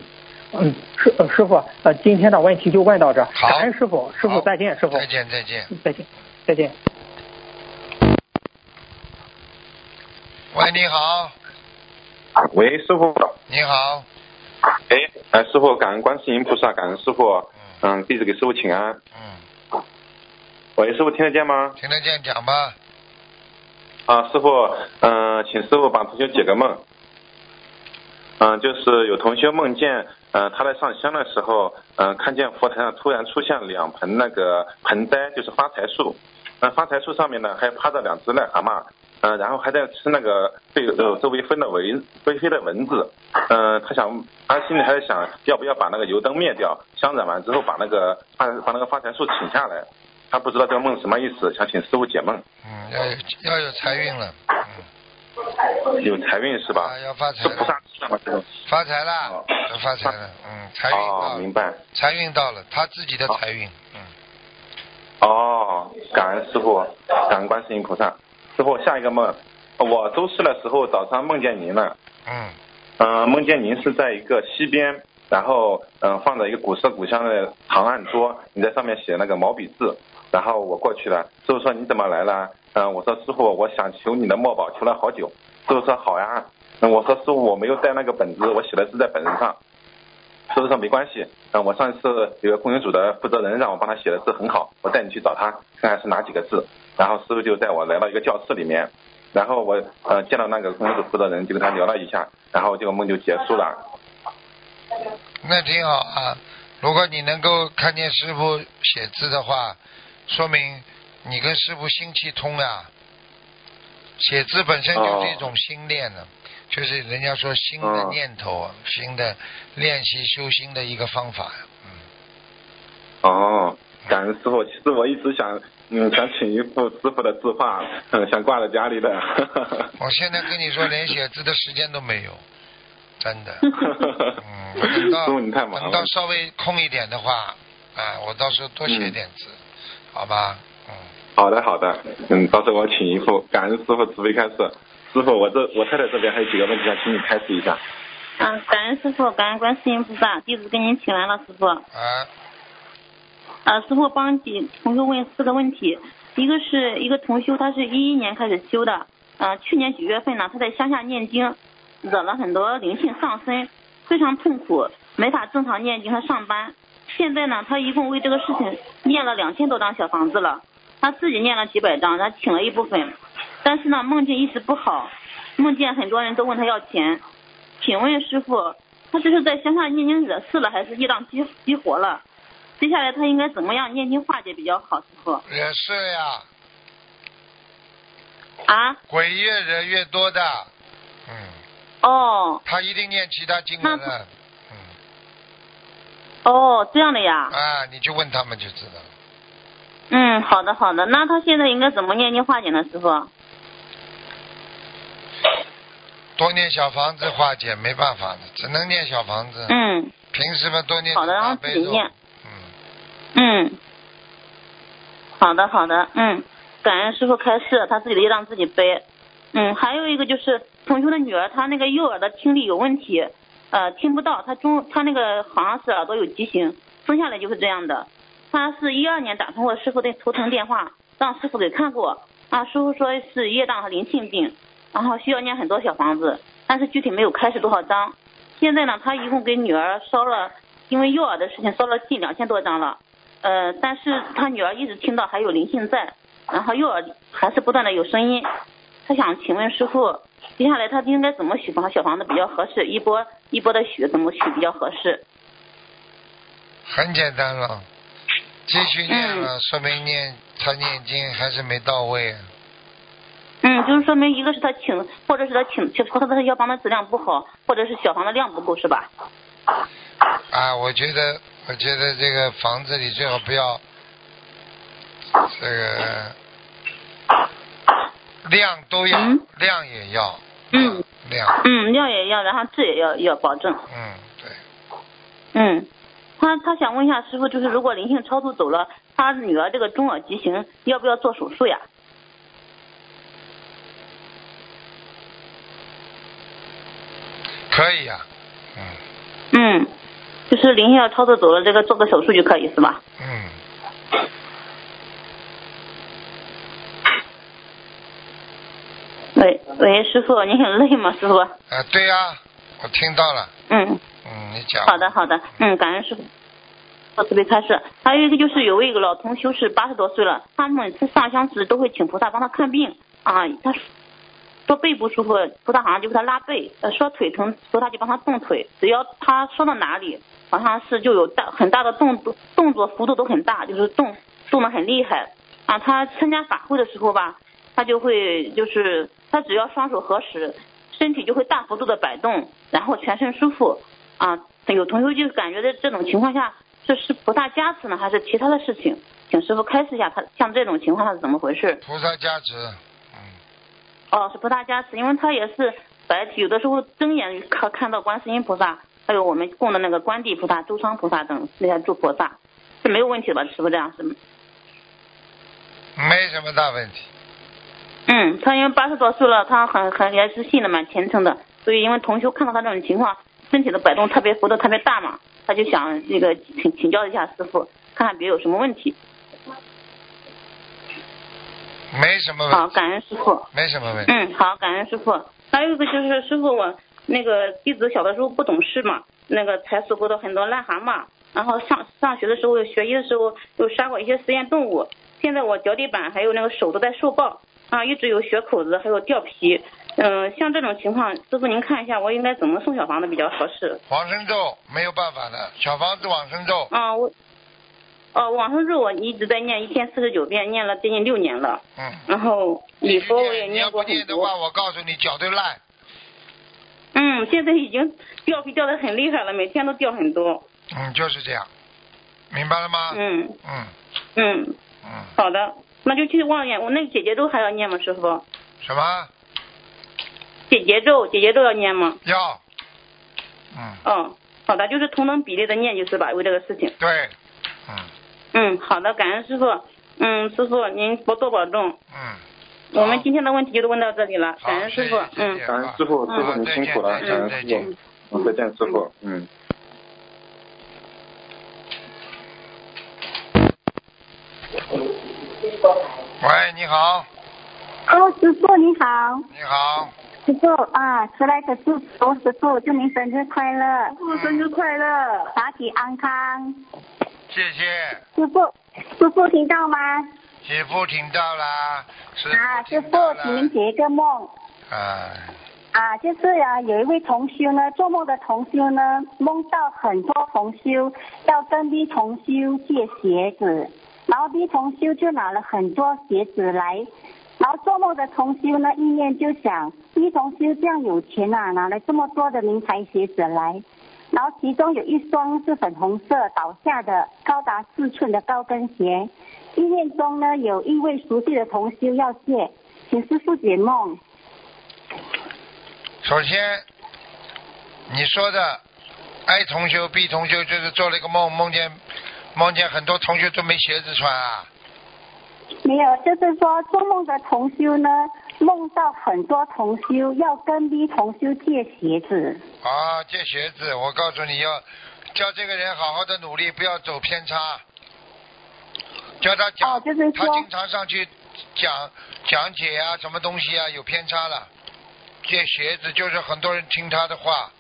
C: 嗯，师呃师傅，呃，今天的问题就问到这儿，
B: 好
C: 感恩师傅，师傅
B: 好
C: 再见，师傅
B: 再见再见。
C: 再见，再见。
B: 喂，你好，
D: 喂，师傅，
B: 你好，
D: 哎，哎，师傅，感恩观世音菩萨，感恩师傅，嗯，弟子给师傅请安。
B: 嗯，
D: 喂，师傅听得见吗？
B: 听得见讲吧。
D: 啊，师傅，嗯、请师傅帮同学解个梦。嗯、就是有同学梦见，嗯、他在上香的时候，嗯、看见佛台上突然出现两盆那个盆栽，就是发财树，嗯、嗯、发财树上面呢还趴着两只癞蛤蟆，嗯、然后还在吃那个被呃周围飞的蚊飞飞的蚊子，嗯、他想他心里还在想要不要把那个油灯灭掉，香染完之后把那个发把那个发财树请下来，他不知道这个梦什么意思，想请师傅解梦，
B: 嗯，要
D: 哦
B: 有要有财运了，
D: 啊
B: 嗯，
D: 有财运是吧
B: 啊，？要发财
D: 是啊菩
B: 了，
D: 萨吃的吗？这种
B: 发财了
D: 哦，
B: 要发财了，嗯，财运
D: 哦
B: 到，了
D: 明，白。
B: 财运到了，他自己的财运，嗯，
D: 哦，感恩师傅，感恩观世音菩萨。师傅，下一个梦，我周四的时候早上梦见您了，
B: 嗯，
D: 嗯、梦见您是在一个溪边，然后嗯、呃放着一个古色古香的长案桌，你在上面写那个毛笔字，然后我过去了，师傅说你怎么来了？嗯、我说师傅，我想求你的墨宝，求了好久。师傅说好呀，嗯、我说师傅我没有带那个本子，我写的是在本子上。师傅说没关系，嗯、我上次有个共学组的负责人让我帮他写的字很好，我带你去找他看看是哪几个字。然后师傅就带我来到一个教室里面，然后我呃见到那个共学组负责人，就跟他聊了一下，然后这个梦就结束了。
B: 那挺好啊。如果你能够看见师傅写字的话，说明你跟师傅心气通啊。写字本身就是一种心念呢、就是人家说新的
D: 哦
B: 念头、啊，新的练习修心的一个方法嗯呀、
D: 哦，感恩师傅。其实我一直想，嗯，想请一幅师傅的字画，嗯，想挂在家里的。
B: 我现在跟你说，连写字的时间都没有，真的。嗯，等
D: 师
B: 到
D: 傅你太忙
B: 等到
D: 了。
B: 稍微空一点的话，啊，我到时候多写点字，好吧？嗯。
D: 好的好的，嗯，到时候我请一幅。感恩师傅慈悲开示。师傅，我这我太太这边还有几个问题想请你开示一下。
E: 啊，感恩师傅，感恩观世音菩萨，弟子跟您请完了，师傅。
B: 啊，
E: 呃，师傅帮几同修问四个问题，一个是一个同修，他是一一年开始修的，呃，去年几月份呢？他在乡下念经，惹了很多灵性上身，非常痛苦，没法正常念经和上班。现在呢，他一共为这个事情念了两千多张小房子了，他自己念了几百张，他请了一部分，但是呢，梦境一直不好，梦见很多人都问他要钱，请问师傅，他这是在乡下念经惹事了，还是业障激激活了？接下来他应该怎么样念经化解比较好，师傅？
B: 惹事呀，
E: 啊？
B: 鬼越惹越多的，嗯，
E: 哦
B: 他一定念其他经文了，嗯，
E: 哦，这样的呀。
B: 啊，你去问他们就知道了。
E: 嗯，好的好的。那他现在应该怎么念经化解呢，师傅？
B: 多念小房子化解没办法的，只能念小房子。
E: 嗯
B: 平时嘛多念
E: 好的然后
B: 大悲
E: 自己
B: 咒。
E: 念
B: 嗯，
E: 嗯。好的好的，嗯，感恩师傅开示，他自己的业让自己背。嗯，还有一个就是同修的女儿，她那个右耳的听力有问题，呃，听不到，她中她那个好像是耳朵有畸形，生下来就是这样的。她是一二年打通过师傅的头疼电话，让师傅给看过，啊，师傅说是业障和灵性病，然后需要念很多小房子，但是具体没有开始多少张。现在呢，他一共给女儿烧了，因为右耳的事情烧了近两千多张了，呃，但是他女儿一直听到还有灵性在，然后右耳还是不断的有声音。他想请问师傅，接下来他应该怎么许房小房子比较合适？一波一波的许，怎么许比较合适？
B: 很简单了，继续念了，说明念他念经还是没到位啊。
E: 嗯，就是说明一个是他请，或者是他请，就是他的药房的质量不好，或者是小房的量不够，是吧？
B: 啊，我觉得，我觉得这个房子里最好不要这个量都要，
E: 嗯
B: 量也要，
E: 嗯
B: 量，
E: 嗯，量也要，然后质也要要保证。
B: 嗯，对，
E: 嗯，他他想问一下师傅，就是如果灵性超度走了，他女儿这个中耳畸形要不要做手术呀？
B: 可以啊，嗯
E: 嗯，就是灵性要超度走了，这个做个手术就可以是吧？
B: 嗯，
E: 喂喂，师傅，你很累吗？师傅，
B: 啊，对呀、我听到了，
E: 嗯，
B: 嗯，你讲，
E: 好的，好的，嗯，感恩师傅。我慈悲开示，还有一个就是有一个老同修是八十多岁了，他每次上香时都会请菩萨帮他看病啊，他说背不舒服，菩萨好像就给他拉背；呃说腿疼，菩萨就帮他动腿。只要他说到哪里，好像是就有大很大的动动作幅度都很大，就是动动的很厉害。啊、啊，他参加法会的时候吧，他就会就是他只要双手合十，身体就会大幅度的摆动，然后全身舒服。啊，有同学就感觉在这种情况下，这是菩萨加持呢，还是其他的事情？请师傅开示一下，他像这种情况是怎么回事？
B: 菩萨加持，嗯，
E: 哦，是菩萨加持，因为他也是白体，有的时候睁眼看看到观世音菩萨，还有我们供的那个观地菩萨、周仓菩萨等那些诸菩萨，是没有问题的吧？师傅这样是吗？
B: 没什么大问题。
E: 嗯，他因为八十多岁了，他很很也是信的蛮虔诚的，所以因为同修看到他这种情况，身体的摆动特别幅度特别大嘛，他就想那个请请教一下师傅，看看别有什么问题。
B: 没什么
E: 好，
B: 问题，
E: 感恩师傅。
B: 没什么问题。
E: 嗯，好，感恩师傅。还有一个就是师傅，我那个弟子小的时候不懂事嘛，那个踩死过的很多癞蛤蟆，然后上上学的时候学医的时候又杀过一些实验动物，现在我脚底板还有那个手都在受爆啊，一直有血口子，还有掉皮。嗯、像这种情况，师傅您看一下，我应该怎么送小房子比较合适？
B: 往生咒没有办法的，小房子往生咒，
E: 啊，我，哦，往生咒我一直在念，一天四十九遍，念了接近六年了。
B: 嗯。
E: 然后礼佛我也
B: 你要
E: 念
B: 不
E: 过
B: 念
E: 很
B: 的
E: 多
B: 话，。我告诉你脚都烂。
E: 嗯，现在已经掉皮掉的很厉害了，每天都掉很多。
B: 嗯，就是这样，明白了吗？
E: 嗯
B: 嗯
E: 嗯，
B: 嗯，
E: 好的，那就去望念。我那个姐姐咒还要念吗，师傅？
B: 什么
E: 姐姐咒，姐姐咒要念吗？
B: 要？嗯，
E: 嗯，好的，就是同等比例的念就是吧，为这个事情。
B: 对，嗯
E: 嗯，好的，感恩师傅。嗯，师傅您多多保重。
B: 嗯，
E: 我们今天的问题就问到这里了，
B: 好
E: 感恩师傅
B: 谢谢。谢
E: 嗯
B: 谢，
D: 感恩师傅，师傅您辛苦了，
B: 嗯
D: 感恩
B: 再
D: 师
B: 见
D: 傅，嗯再见师傅，嗯。
B: 喂，你好，
F: 哦，师傅你好，
B: 你好，
F: 师傅啊，出来的祝福师傅，祝您生日快乐，师傅哦生日快乐，身体安康。
B: 谢谢，
F: 师傅，师傅听到吗？
B: 姐夫听到啦，师
F: 啊，
B: 傅
F: 师
B: 听
F: 傅
B: 到，
F: 请您
B: 啦，
F: 解一个梦
B: 啊，
F: 啊，就是啊，有一位同修呢，做梦的同修呢，梦到很多同修要跟 B 同修借鞋子，然后 B 同修就拿了很多鞋子来。然后做梦的同修呢，意念就想，B 同修这样有钱啊，拿了这么多的名牌鞋子来，然后其中有一双是粉红色倒下的高达四寸的高跟鞋。意念中呢，有一位熟悉的同修要借，请师傅解梦。
B: 首先你说的 A 同修、B 同修就是做了一个梦，梦见梦见很多同学都没鞋子穿啊，
F: 没有，就是说做梦的同修呢，梦到很多同修要跟 B 同修借鞋子。
B: 啊，借鞋子，我告诉你要叫这个人好好的努力，不要走偏差。叫他讲，
F: 哦就是
B: 他
F: 说
B: 经常上去讲讲解啊，什么东西啊，有偏差了。借鞋子就是很多人听他的话，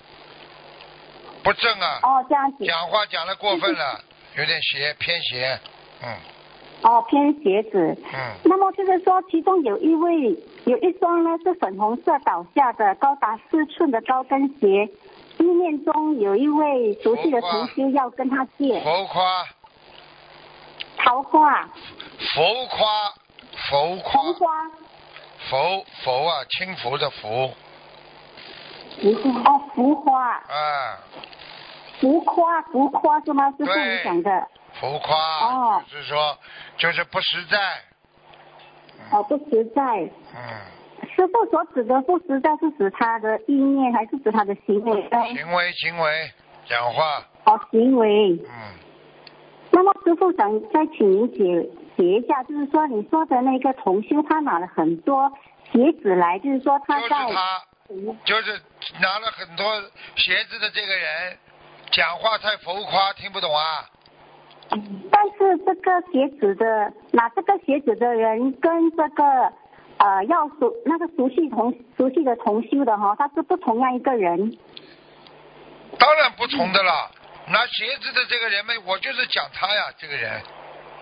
B: 不正啊，
F: 哦，这样子。
B: 讲话讲的过分了，有点邪偏邪，嗯
F: 哦，偏鞋子。
B: 嗯，
F: 那么就是说，其中有一位有一双呢是粉红色倒下的高达四寸的高跟鞋，意念中有一位熟悉的同修要跟他借
B: 浮夸
F: 桃花、
B: 浮夸浮夸
F: 红花、
B: 浮浮啊，轻浮的浮
F: 菊花哦，浮花、
B: 啊，
F: 浮夸、浮夸是吗？师傅
B: 对
F: 你讲的
B: 浮夸，
F: 哦
B: 就是说就是不实在，
F: 哦，不实在。
B: 嗯，
F: 师傅所指的不实在是指他的意念，还是指他的行为呢？
B: 行为行为讲话，
F: 哦，行为。
B: 嗯，
F: 那么师傅想再请您解解一下，就是说你说的那个同修，他拿了很多鞋子来，就是说他
B: 就是
F: 在
B: 他，就是拿了很多鞋子的这个人，讲话太浮夸，听不懂啊，
F: 但是这个鞋子的拿这个鞋子的人跟这个呃要熟那个熟悉同熟悉的同修的哈、他是不同样一个人。
B: 当然不从的了。
F: 嗯
B: 拿鞋子的这个人嘛，我就是讲他呀，这个人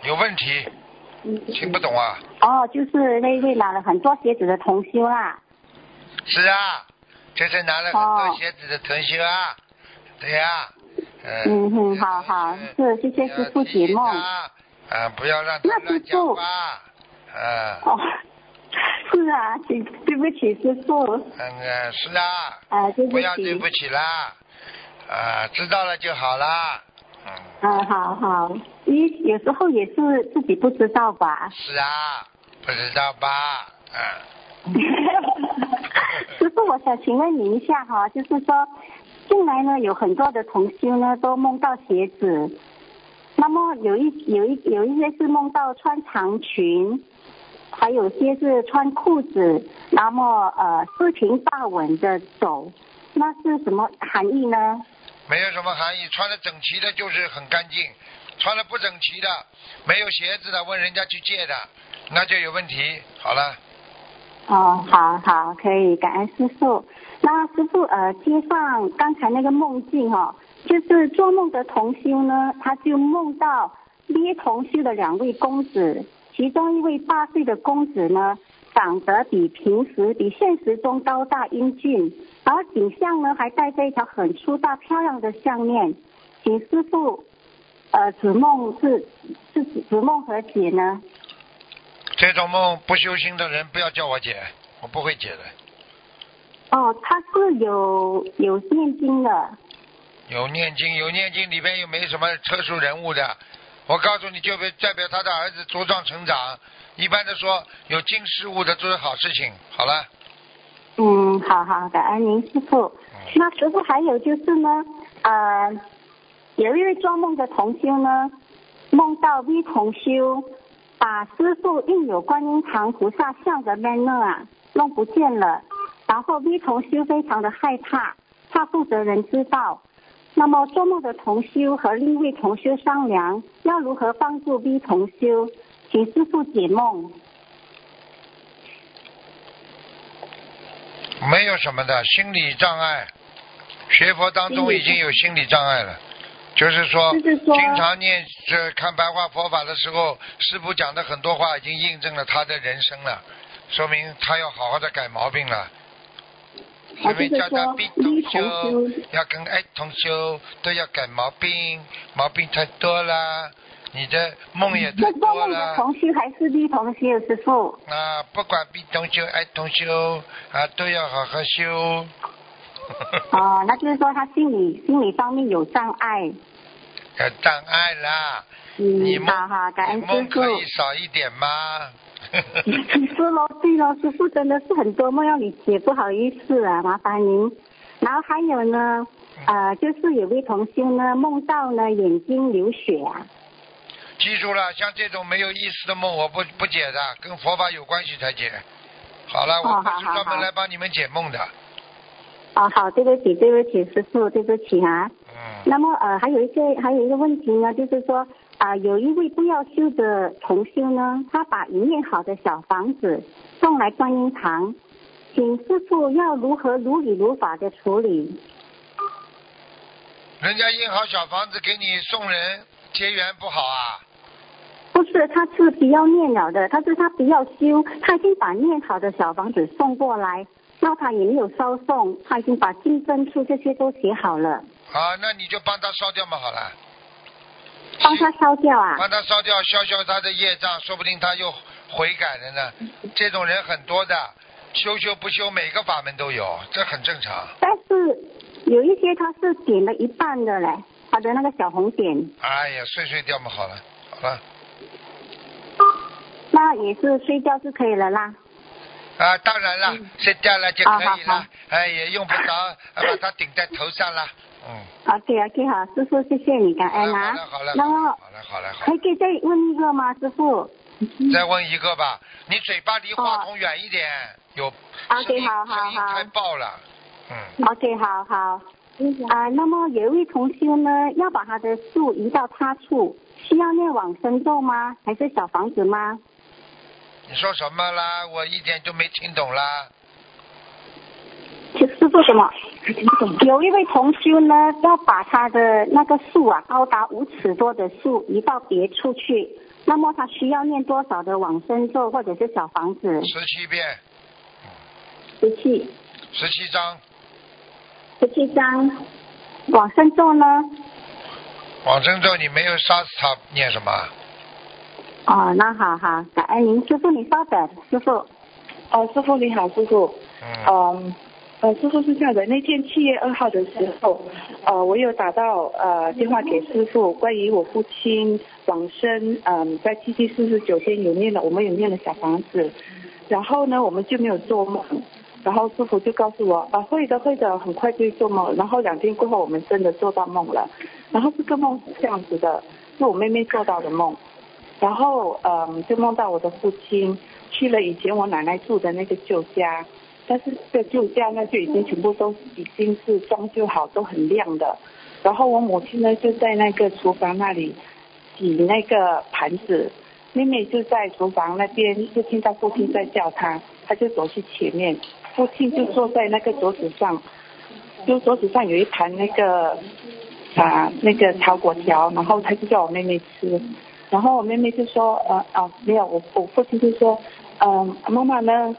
B: 有问题，听不懂啊？
F: 哦，就是那位拿了很多鞋子的同修啦。
B: 是啊，就是拿了很多
F: 哦
B: 鞋子的同学啊，对呀、呃
F: 嗯哼
B: 也
F: 好好
B: 呃
F: 是谢谢师傅
B: 要提醒
F: 解梦
B: 他啊、不要让
F: 那
B: 他乱
F: 师
B: 讲
F: 傅
B: 话。嗯，
F: 哦，是啊，请对不起师傅，
B: 嗯呃是啊，
F: 啊，对
B: 不
F: 不
B: 要对
F: 起
B: 不，起啦，啊，知道了就好啦，嗯，
F: 啊，好好，一有时候也是自己不知道吧。
B: 是啊，不知道吧？嗯，
F: 师傅，我想请问你一下哈，就是说，近来呢有很多的同修呢都梦到鞋子，那么有一有一有一些是梦到穿长裙，还有些是穿裤子，那么呃四平八稳的走，那是什么含义呢？
B: 没有什么含义，穿的整齐的就是很干净，穿的不整齐的，没有鞋子的，问人家去借的，那就有问题。好了，
F: 哦，好好，可以，感恩师傅。那师傅，呃，接上刚才那个梦境哦，就是做梦的同修呢，他就梦到约同修的两位公子，其中一位八岁的公子呢，长得比平时比现实中高大英俊，而颈项呢还戴着一条很粗大漂亮的项链。请师傅，呃，指梦是是指指梦何解呢？
B: 这种梦不修心的人不要叫我解，我不会解的。
F: 哦，他是有有念经的。
B: 有念经，有念经里边又没什么特殊人物的。我告诉你，就代表他的儿子茁壮成长。一般的说，有经事物的都是好事情。好了，
F: 嗯，好好，感恩您师傅。
B: 嗯
F: 那师傅还有就是呢，呃，有一位做梦的同修呢，梦到 V 同修把师傅印有观音堂菩萨像的 banner 啊弄不见了，然后 V 同修非常的害怕，怕负责人知道。那么做梦的同修和另一位同修商量要如何帮助 V 同修，请师傅解梦。
B: 没有什么的心理障碍。学佛当中已经有心理障碍了，就是说，
F: 就是说
B: 经常念这看白话佛法的时候，师傅讲的很多话已经印证了他的人生了，说明他要好好的改毛病了。
F: 啊
B: 因为叫他 B
F: 就
B: 同
F: 是说 B 同
B: 修
F: 修，
B: 要跟 A 同修都要改毛病，毛病太多啦，你的梦也太
F: 嗯那做
B: 多
F: 梦的
B: 啦。
F: 同修还是 V 同修师傅？
B: 啊，不管 B 同修、A 同修啊，都要好好修。
F: 哦，那就是说他心理心理方面有障碍。
B: 有障碍啦，你
F: 嗯，
B: 梦
F: 好好，感恩
B: 你梦
F: 师
B: 可以
F: 傅。
B: 少一点吗？
F: 是喽，对喽，师傅真的是很多梦要你解，不好意思啊，麻烦您。然后还有呢，
B: 嗯
F: 呃，就是有位同修呢，梦到呢眼睛流血啊。
B: 记住了，像这种没有意思的梦，我不不解的，跟佛法有关系才解。好了，我
F: 哦
B: 不是
F: 好好
B: 专门
F: 好
B: 来帮你们解梦的。
F: 哦，好，对不起，对不起，师傅，对不起啊。
B: 嗯，
F: 那么呃，还有一个还有一个问题呢，就是说啊、有一位不要修的同修呢，他把一面好的小房子送来观音堂，请师傅要如何如理如法的处理？
B: 人家印好小房子给你送人，结缘不好啊。
F: 不是，他是不要念了的，他是他不要修，他已经把念好的小房子送过来，那他也没有烧送，他已经把净身处这些都写好了，
B: 啊，那你就帮他烧掉嘛，好了，
F: 帮他烧掉啊。
B: 帮他烧掉，消消他的业障，说不定他又悔改了呢。这种人很多的，修修不修，每个法门都有，这很正常。
F: 但是有一些他是点了一半的嘞，他的那个小红点。
B: 哎呀，碎碎掉嘛，好了，好了。
F: 那也是睡觉就可以了啦。
B: 啊，当然了，睡觉了就
F: 啊
B: 可以
F: 好
B: 了
F: 好，
B: 哎，也用不着啊把它顶在头上了。嗯，
F: OK OK 好，师傅谢谢你，感
B: 好
F: 恩
B: 了
F: 啊。
B: 好了好了
F: 然后
B: 好了好了好
F: 还
B: 了，
F: 可以再问一个吗，师傅
B: 再问一个吧，你嘴巴离话
F: 哦
B: 筒远一点，有
F: ？OK
B: 声音
F: 好好
B: 声音
F: 好
B: 太爆了，嗯，
F: ，OK 好好。啊，那么有一位同修呢，要把他的树移到他处，需要念往生咒吗？还是小房子吗？
B: 你说什么啦？我一点都没听懂啦。
F: 请师傅什么？有一位同修呢，要把他的那个树啊，高达五尺多的树移到别处去，那么他需要念多少的往生咒或者是小房子？
B: 十七遍，
F: 十七。
B: 十七章，
F: 十七章，往生咒呢？
B: 啊往生咒你没有杀死他，念什么？
G: 哦，那好好，感恩您师傅，你稍等，师傅。
H: 哦，师傅你好，师傅。
F: 哦
B: 嗯
H: 嗯，呃，师傅是这样的，那天七月二号的时候，呃，我有打到呃电话给师傅，关于我父亲往生，嗯、在七七四十九天有念了，我们有念了小房子，然后呢，我们就没有做梦，然后师傅就告诉我，啊、会的会的，很快就会做梦，然后两天过后我们真的做到梦了，然后这个梦是这样子的，是我妹妹做到的梦，然后嗯、就梦到我的父亲去了以前我奶奶住的那个旧家。但是这个旧家呢，就已经全部都已经是装修好，都很亮的。然后我母亲呢，就在那个厨房那里洗那个盘子，妹妹就在厨房那边，就听到父亲在叫她，她就走去前面，父亲就坐在那个桌子上，就桌子上有一盘那个啊那个炒粿条，然后他就叫我妹妹吃，然后我妹妹就说呃啊没有，我我父亲就说嗯、妈妈呢，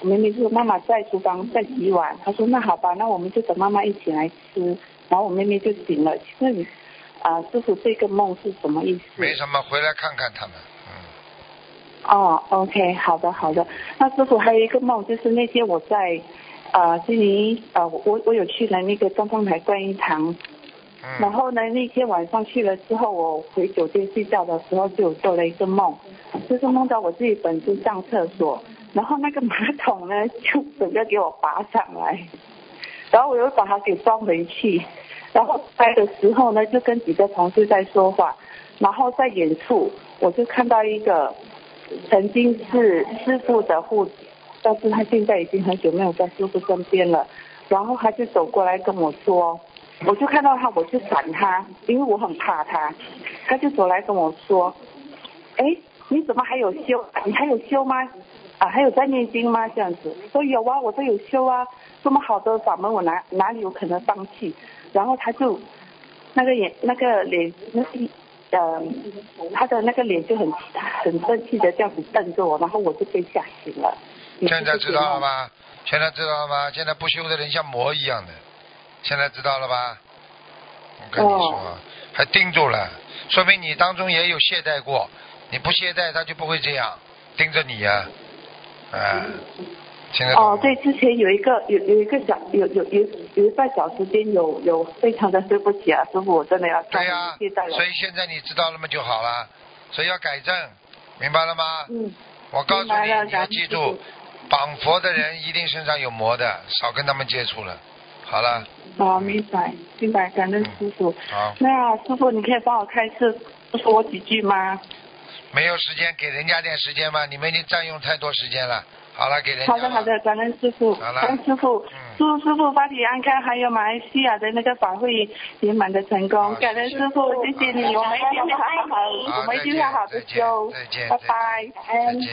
H: 我妹妹就说妈妈在厨房在洗碗，他说那好吧，那我们就等妈妈一起来吃，然后我妹妹就醒了，请问你啊、师傅这个梦是什么意思？
B: 没什么，回来看看他们。嗯，
H: 哦，OK，好的好的。那师傅还有一个梦，就是那天我在呃悉尼呃，我我有去了那个东方台观音堂，
B: 嗯
H: 然后呢那天晚上去了之后，我回酒店睡觉的时候就有做了一个梦，就是梦到我自己本身上厕所，然后那个马桶呢就整个给我拔上来，然后我又把它给装回去，然后拍的时候呢就跟几个同事在说话，然后在远处我就看到一个曾经是师傅的护，但是他现在已经很久没有在师傅身边了。然后他就走过来跟我说，我就看到他，我就闪他，因为我很怕他。他就走来跟我说，哎，你怎么还有修？你还有修吗？啊，还有在念经吗？这样子，说有啊，我都有修啊，这么好的法门，我哪哪里有可能放弃？然后他就那个眼那个脸那一呃，他的那个脸就很很生气的这样子瞪着我，然后我就被吓醒了。你
B: 现在
H: 是不是
B: 知道
H: 梦
B: 了吧？现在知道了吧？现在不修的人像魔一样的，现在知道了吧？我跟你说，
H: 哦
B: 还盯住了，说明你当中也有懈怠过。你不懈怠，他就不会这样盯着你呀、啊。现在
H: 哦，对，之前有一个有有一个小有有有有一段小时间有有非常的对不起啊，师傅，我真的要
B: 对呀、
H: 呀、了。
B: 所以现在你知道了嘛就好了，所以要改正，明白了吗？
H: 嗯，
B: 我告诉
H: 明白
B: 你，
H: 了
B: 你要
H: 感
B: 记
H: 恩
B: 住，绑佛的人一定身上有魔的，少跟他们接触了。好了，
H: 哦，明白明白，感恩师傅。
B: 好，
H: 那师傅，你可以帮我开示说我几句吗？
B: 没有时间给人家点时间吗？你们已经占用太多时间了。好了，给人家
H: 好的
B: 了
H: 好的，感恩师傅，
B: 啊好了
H: 感恩师傅，
B: 嗯
H: 祝师傅法体安康，还有马来西亚的那个法会圆满的成功
B: 好，
H: 感恩
B: 谢
H: 师
B: 谢
H: 傅，谢谢你，我们一定会好好，
B: 好
H: 我们一定会好好的
B: 再见
H: 修
B: 再见，
H: 拜拜，感
B: 再
H: 恩。
B: 见。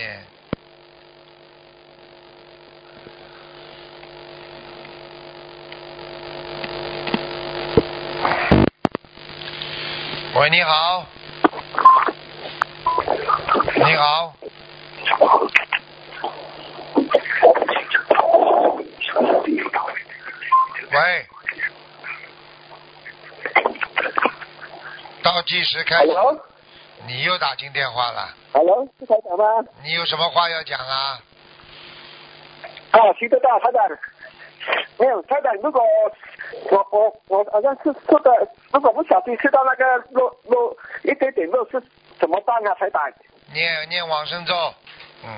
B: 喂，你好。你好。喂。倒计时开始。你又打进电话了，
I: Hello，是台长吗？
B: 你有什么话要讲啊？
I: 啊，徐科大台长，没有台长，如果我我我好像是吃的，如果不小心吃到那个肉肉一点点肉是怎么办啊，台长？
B: 念念往生咒，嗯，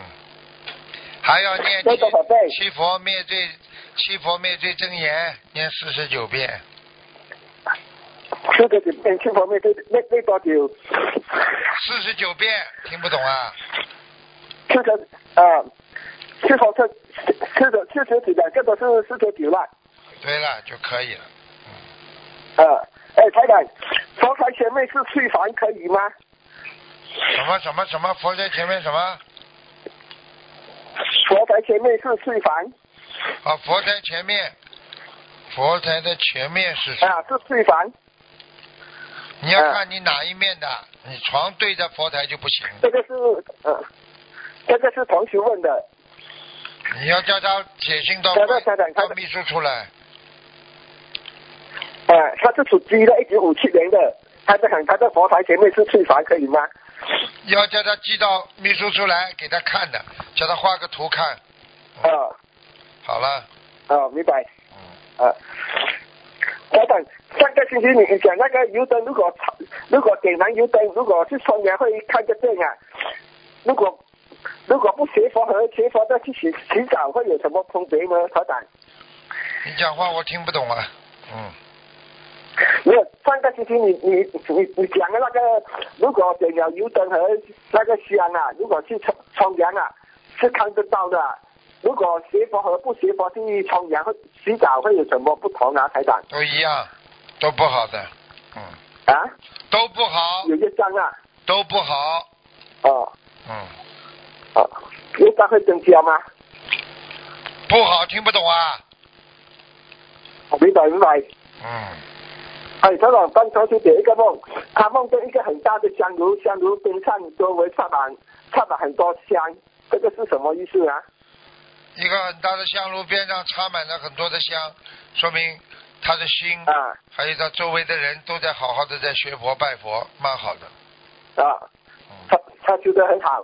B: 还要念
I: 多少宝贝
B: 七七佛灭罪七佛灭罪真言，念四十九遍，
I: 吃的几片青方面对那那多久？
B: 四十九遍，听不懂啊？
I: 吃的啊，吃好吃吃的吃十几的，这个是四十九了。
B: 对了就可以了，
I: 啊，哎，台长，佛台前面是睡房可以吗？
B: 什么什么什么佛在前面什么
I: 佛台前面是睡房
B: 啊？佛台前面，佛台的前面是什么？
I: 啊，是睡房，
B: 你要
I: 啊
B: 看你哪一面的，你床对着佛台就不行，
I: 这个是呃、这个是同学问的。
B: 你要叫他写信到
I: 台长台长
B: 到
I: 台长
B: 秘书处来。
I: 呃啊，他是属鸡的，一九五七年的，他在很他在佛台前面是睡房可以吗？
B: 要叫他寄到秘书处来给他看的，叫他画个图看。
I: 啊
B: 好了，
I: 啊，明白。
B: 嗯，
I: 啊，等等，上个星期你讲那个油灯，如果插如果点燃油灯，如果是双阳会看得见啊。如果如果不学佛和学佛的去洗洗澡会有什么分别呢？团长，
B: 你讲话我听不懂啊。嗯，
I: 没有上个星期你你你你讲的那个，如果点了油灯和那个香啊，如果去冲冲凉啊，是看得到的啊、如果学佛和不学佛去冲凉会洗澡会有什么不同啊，台长？
B: 都一样，都不好的。嗯，
I: 啊，
B: 都不好，
I: 有业障啊，
B: 都不好。
I: 哦。
B: 嗯，
I: 哦，业障会增加吗？
B: 不好，听不懂啊。
I: 我明白明白。
B: 嗯，
I: 哎，他老当初就解一个梦，他梦见一个很大的香炉，香炉边上周围插满插满很多香，这个是什么意思啊？
B: 一个很大的香炉边上插满了很多的香，说明他的心，
I: 啊
B: 还有他周围的人都在好好的在学佛拜佛，蛮好的。
I: 啊，
B: 嗯
I: 他他修得很好，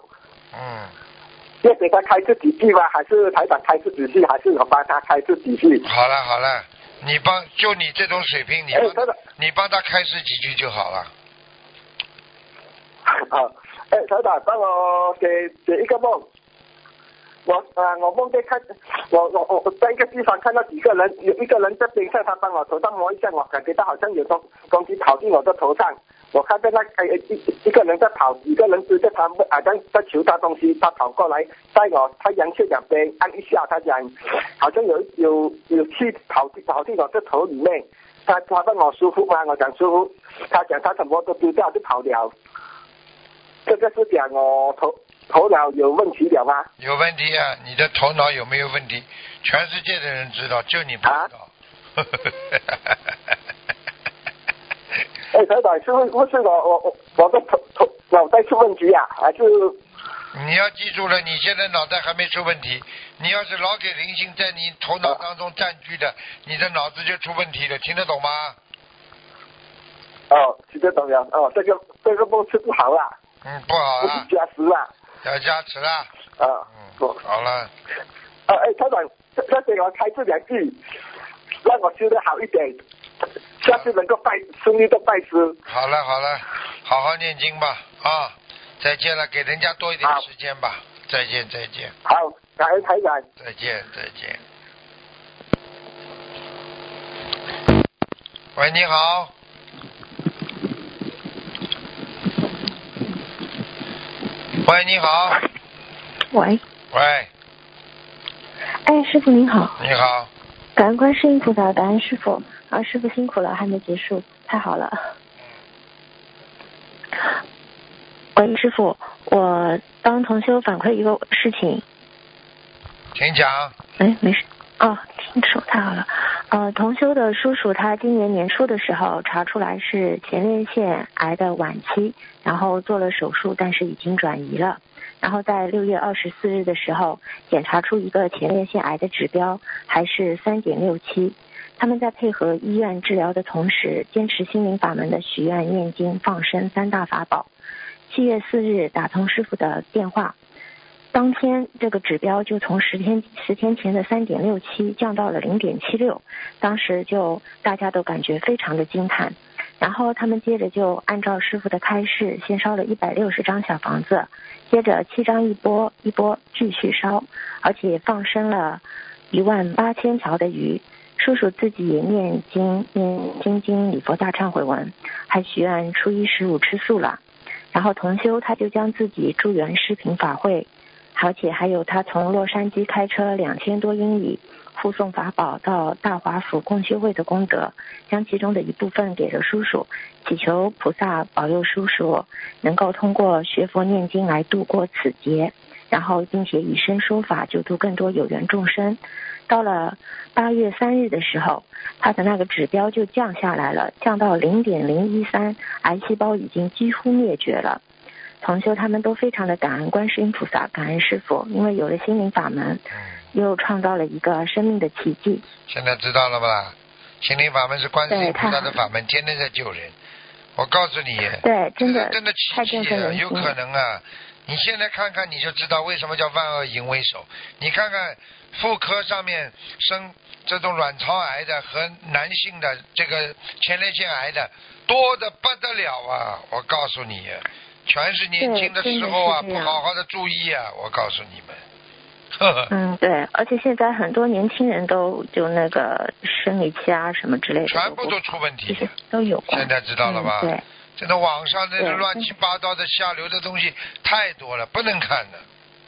B: 嗯。
I: 要给他开自己去吗？还是台长开自己去？还是我帮他开自己去？
B: 好了好了，你帮就你这种水平，你
I: 哎，
B: 帮
I: 等
B: 他
I: 等，
B: 你帮他开示几句就好了。
I: 啊，哎，台长，帮我解解一个梦。我啊，我梦见看，我我我我在一个地方看到几个人，有一个人在边上，他帮我头上摸一下，我感觉到好像有东东西跑进我的头上。我看见那哎哎一一一个人在跑，几个人追着他，好像在求他东西，他跑过来，在我太阳穴两边按一下，他讲好像有有有气跑进跑进我的头里面。他他问我舒服吗？我讲舒服。他讲他什么都丢掉就跑了。这个是讲我头头脑有问题了吗？
B: 有问题啊？你的头脑有没有问题？全世界的人知道，就你不知道。
I: 哎，台长，是不是不是我我我我的头头脑袋出问题啊？还是
B: 你要记住了，你现在脑袋还没出问题。你要是老给灵性在你头脑当中占据的，你的脑子就出问题了，听得懂吗？
I: 哦，听得懂了哦，这个这个梦是不好啊，
B: 嗯，不好
I: 不是
B: 了，
I: 加持啊，
B: 要加持了。
I: 啊，
B: 嗯
I: 我，
B: 好了，
I: 啊哎，台长，这这给我开这两句，让我修得好一点，下次能够拜顺利的拜师。
B: 好了，好了，好好念经吧啊！再见了，给人家多一点
I: 好
B: 时间吧。再见，再见。
I: 好，感恩台长。
B: 再见，再见。喂，你好。喂，你好。
F: 喂，
B: 喂，
F: 哎，师傅您好，
B: 你好。
F: 感恩观世音菩萨，感恩师傅啊，师傅辛苦了，还没结束，太好了。喂，师傅，我帮同修反馈一个事情，
B: 请讲。
F: 哎，没事。哦，听手太好了。呃，同修的叔叔他今年年初的时候查出来是前列腺癌的晚期，然后做了手术，但是已经转移了。然后在六月二十四日的时候，检查出一个前列腺癌的指标还是三点六七。他们在配合医院治疗的同时，坚持心灵法门的许愿、念经、放生三大法宝。七月四日打通师傅的电话，当天这个指标就从十天十天前的三点六七降到了零点七六，当时就大家都感觉非常的惊叹。然后他们接着就按照师傅的开示，先烧了一百六十张小房子，接着七张一波一波继续烧，而且放生了一万八千条的鱼。叔叔自己也念经念经经礼佛大忏悔文，还许愿初一十五吃素了。然后同修他就将自己助缘视频法会而且还有他从洛杉矶开车两千多英里护送法宝到大华府共修会的功德，将其中的一部分给了叔叔，祈求菩萨保佑叔叔能够通过学佛念经来度过此劫，然后并且以身说法救度更多有缘众生。到了八月三日的时候，他的那个指标就降下来了，降到零点零一三，癌细胞已经几乎灭绝了。同修他们都非常的感恩观世音菩萨，感恩师傅，因为有了心灵法门，
B: 嗯，
F: 又创造了一个生命的奇迹。
B: 现在知道了吧？心灵法门是观世音
F: 对
B: 菩萨
F: 看
B: 的法门，天天在救人。我告诉你，
F: 对，真的
B: 真的奇
F: 太振
B: 迹
F: 奋
B: 啊，
F: 人心
B: 有可能啊！你现在看看你就知道为什么叫万恶淫为首。你看看妇科上面生这种卵巢癌的和男性的这个前列腺癌的多的不得了啊！我告诉你，全是年轻
F: 对
B: 时
F: 真的
B: 候啊，
F: 是这
B: 不
F: 样
B: 好好的注意啊！我告诉你们，呵呵。
F: 嗯，对，而且现在很多年轻人都就那个生理期啊什么之类的，
B: 全部
F: 不
B: 都出问题啊
F: 其，实都有关。
B: 现在知道了吧？
F: 嗯对，
B: 这个网上那
F: 对
B: 种乱七八糟的下流的东西太多了，不能看的。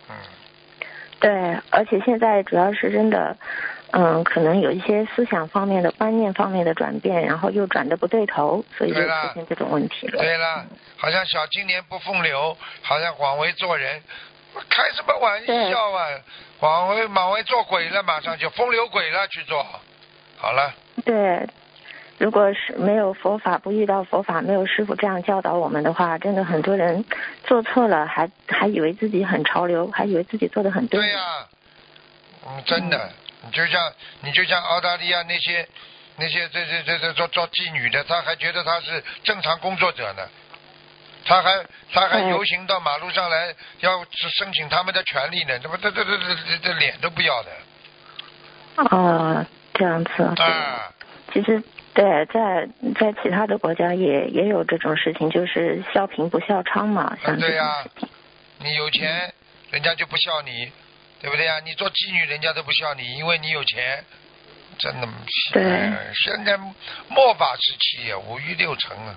B: 嗯，
F: 对，而且现在主要是真的，嗯，可能有一些思想方面的、观念方面的转变，然后又转的不对头，所以就
B: 对
F: 出
B: 啦
F: 现这种问题了。
B: 对了，好像小青年不风流，好像枉为做人，开什么玩笑啊？枉为枉为做鬼了，马上就风流鬼了去做。好了，
F: 对，如果是没有佛法，不遇到佛法，没有师傅这样教导我们的话，真的很多人做错了，还还以为自己很潮流，还以为自己做的很
B: 对呀、嗯，真的，你就像你就像澳大利亚那些那些这这这这做做妓女的，他还觉得他是正常工作者呢，他还他还
F: 哎
B: 游行到马路上来要申请他们的权利呢，这不这这这这这这脸都不要的
F: 哦，这样子。
B: 啊！
F: 其实对，在在其他的国家也也有这种事情，就是笑贫不笑娼嘛，像这
B: 对
F: 种
B: 呀
F: 事情。
B: 你有钱，人家就不笑你，对不对呀？你做妓女，人家都不笑你，因为你有钱。真的，
F: 对
B: 哎现在末法时期呀，五欲六尘啊，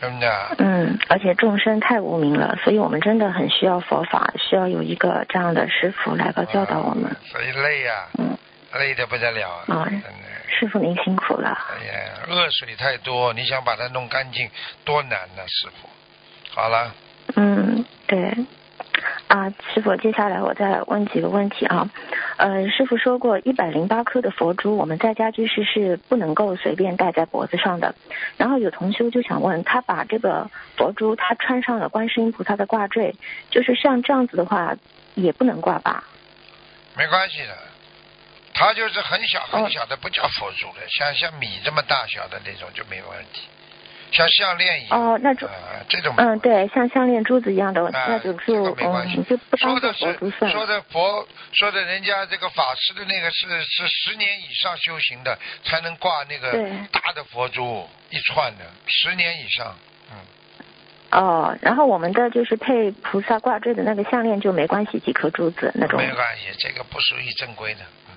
B: 真的。
F: 嗯，而且众生太无名了，所以我们真的很需要佛法，需要有一个这样的师傅来个教导我们。
B: 所以累呀、
F: 嗯，
B: 累得不得了啊！
F: 啊
B: 真的，
F: 师傅您辛苦了。
B: 哎呀，恶水太多，你想把它弄干净，多难呐、师傅。好了，
F: 嗯，对。啊，师傅，接下来我再问几个问题啊。呃，师傅说过，一百零八颗的佛珠，我们在家居士是不能够随便戴在脖子上的。然后有同修就想问，他把这个佛珠，他穿上了观世音菩萨的挂坠，就是像这样子的话，也不能挂吧？
B: 没关系的。它就是很小
F: 哦
B: 很小的，不叫佛珠的，像像米这么大小的那种就没问题，像项链一样。
F: 哦那种
B: 啊这种没
F: 嗯，
B: 关系。
F: 对，像项链、珠子一样的，
B: 啊
F: 那就
B: 这
F: 就
B: 个没关
F: 嗯，
B: 系
F: 你就不当
B: 说
F: 做
B: 的
F: 佛
B: 是
F: 珠算
B: 说
F: 了。
B: 的佛说的人家这个法师的那个是是十年以上修行的才能挂那个
F: 对
B: 大的佛珠一串的，十年以上，嗯。
F: 哦，然后我们的就是配菩萨挂坠的那个项链就没关系，几颗珠子那种。
B: 没关系，这个不属于正规的。嗯，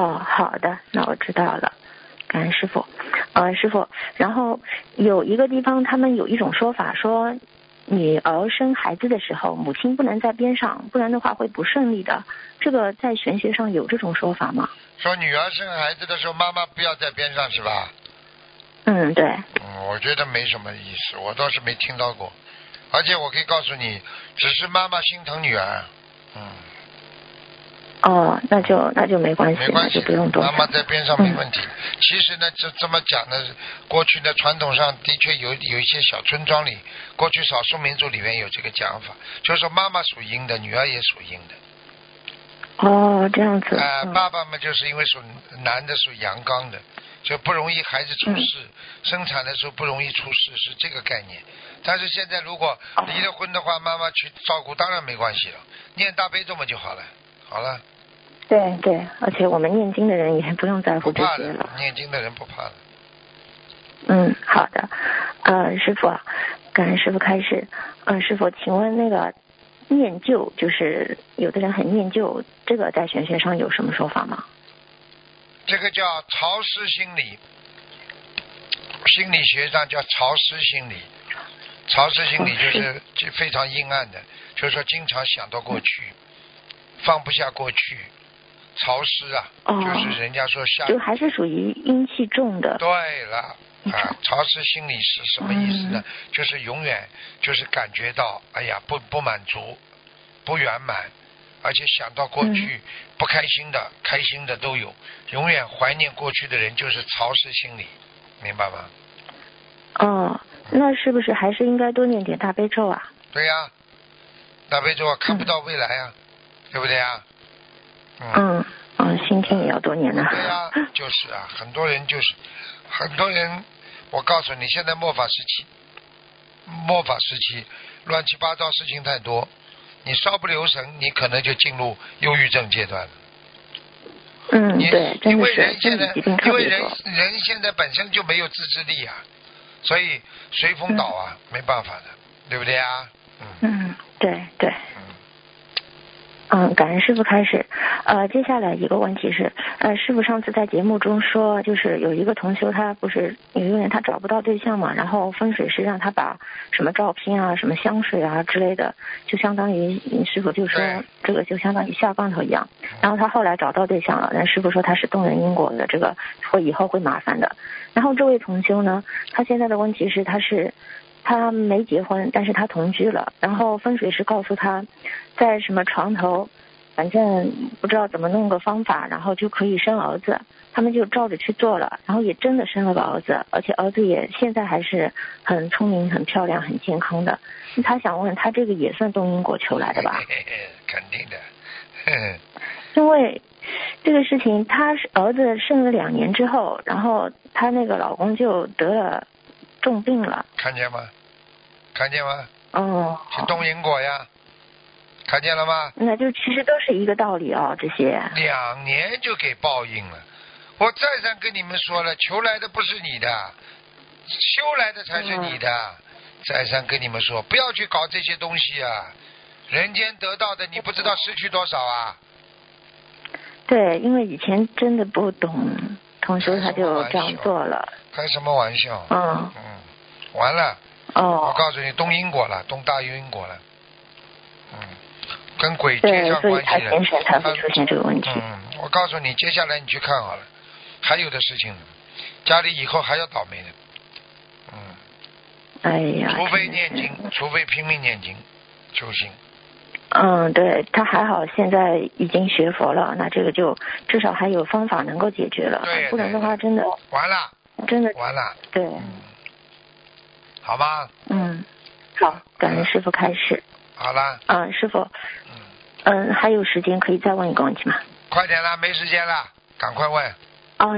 F: 哦，好的，那我知道了，感恩师傅。呃，师傅，然后有一个地方，他们有一种说法，说女儿生孩子的时候，母亲不能在边上，不然的话会不顺利的。这个在玄学上有这种说法吗？
B: 说女儿生孩子的时候，妈妈不要在边上是吧？
F: 嗯，对，
B: 嗯，我觉得没什么意思，我倒是没听到过。而且我可以告诉你，只是妈妈心疼女儿，嗯，
F: 哦，那就那就没关系，
B: 没关
F: 那
B: 系
F: 哎就不用，多嗯
B: 妈
F: 想。
B: 妈在边上没问题。其实呢，这这么讲呢，过去的传统上的确有有一些小村庄里，过去少数民族里面有这个讲法，就是说妈妈属阴的，女儿也属阴的。
F: 哦，这样子。
B: 啊、
F: 嗯
B: 爸爸们就是因为属男的属阳刚的，就不容易孩子出事，
F: 嗯
B: 生产的时候不容易出事是这个概念。但是现在如果
F: 哦
B: 离了婚的话，妈妈去照顾当然没关系了，念大悲咒嘛就好了。好了，
F: 对对，而且我们念经的人也不用在
B: 不
F: 乎这
B: 怕
F: 些
B: 的
F: 了。，
B: 念经的人不怕的。
F: 嗯，好的，呃，师傅，感恩师傅开始。呃，师傅，请问那个念旧，就是有的人很念旧，这个在玄学上有什么说法吗？
B: 这个叫潮湿心理，心理学上叫潮湿心理。潮湿心理
F: 哦
B: 就是就非常阴暗的，就是说经常想到过去，放不下过去，潮湿啊，
F: 哦
B: 就是人家说下。
F: 就还是属于阴气重 的。
B: 对了。啊，潮湿心理是什么意思呢？
F: 嗯
B: 就是永远就是感觉到，哎呀，不不满足，不圆满，而且想到过去、不开心的、开心的都有，永远怀念过去的人就是潮湿心理，明白吗？
F: 哦，那是不是还是应该多念点大悲咒啊？
B: 对呀、大悲咒啊看不到未来啊，对不对啊？
F: 嗯，
B: 啊
F: 嗯，心经也要多念呢。
B: 对呀、就是啊，很多人就是，很多人我告诉你，现在末法时期，末法时期乱七八糟事情太多，你稍不留神，你可能就进入忧郁症阶段了。
F: 嗯，
B: 你
F: 对，真
B: 因
F: 的
B: 为
F: 是
B: 人现
F: 身体
B: 在
F: 疾病，
B: 因
F: 特
B: 为
F: 别
B: 人
F: 多。
B: 人现在本身就没有自制力啊，所以随风倒啊，没办法的，对不对啊？嗯
F: 嗯，对对。
B: 嗯，
F: 嗯，感恩师傅开始。呃，接下来一个问题是，呃，师傅上次在节目中说，就是有一个同修，他不是有一个人他找不到对象嘛，然后风水师让他把什么照片啊、什么香水啊之类的，就相当于嗯师傅就说
B: 对
F: 这个就相当于下降头一样。然后他后来找到对象了，但师傅说他是动人因果的，这个会以后会麻烦的。然后这位同修呢，他现在的问题是他是他没结婚，但是他同居了。然后风水师告诉他，在什么床头，反正不知道怎么弄个方法，然后就可以生儿子。他们就照着去做了，然后也真的生了个儿子，而且儿子也现在还是很聪明、很漂亮、很健康的。他想问，他这个也算动因果求来的吧？
B: 嘿嘿 肯定的。 嘿嘿
F: 因为这个事情，她是儿子生了两年之后，然后她那个老公就得了重病了。
B: 看见吗？看见吗？
F: 哦，
B: 是动因果呀，看见了吗？
F: 嗯那就其实都是一个道理哦，这些。
B: 两年就给报应了。我再三跟你们说了，求来的不是你的，修来的才是你的。
F: 嗯
B: 再三跟你们说，不要去搞这些东西啊！人间得到的，你
F: 嗯
B: 不知道失去多少啊！
F: 对，因为以前真的不懂，同学他就这样做了。
B: 开什么玩笑？
F: 嗯，
B: 嗯，完了，我
F: 哦，
B: 告诉你，动因果了，动大因果了。嗯，跟鬼接
F: 对，
B: 上
F: 所以
B: 关
F: 他
B: 系了
F: 先。生才会出现这个问题。
B: 嗯，我告诉你，接下来你去看好了，还有的事情呢，家里以后还要倒霉的。嗯，
F: 哎呀，
B: 除非
F: 真的
B: 念
F: 是
B: 经，除非拼命念经，修行。
F: 嗯，对他还好，现在已经学佛了，那这个就至少还有方法能够解决了
B: 对。
F: 不然的
B: 对
F: 话，真的
B: 完了，
F: 真的
B: 完了，
F: 对，
B: 嗯，好吗？
F: 嗯，好，感恩师傅开始。
B: 好啦，
F: 嗯、师傅，
B: 嗯，
F: 嗯，还有时间可以再问一个问题吗？
B: 快点啦，没时间啦，赶快问。
F: 啊、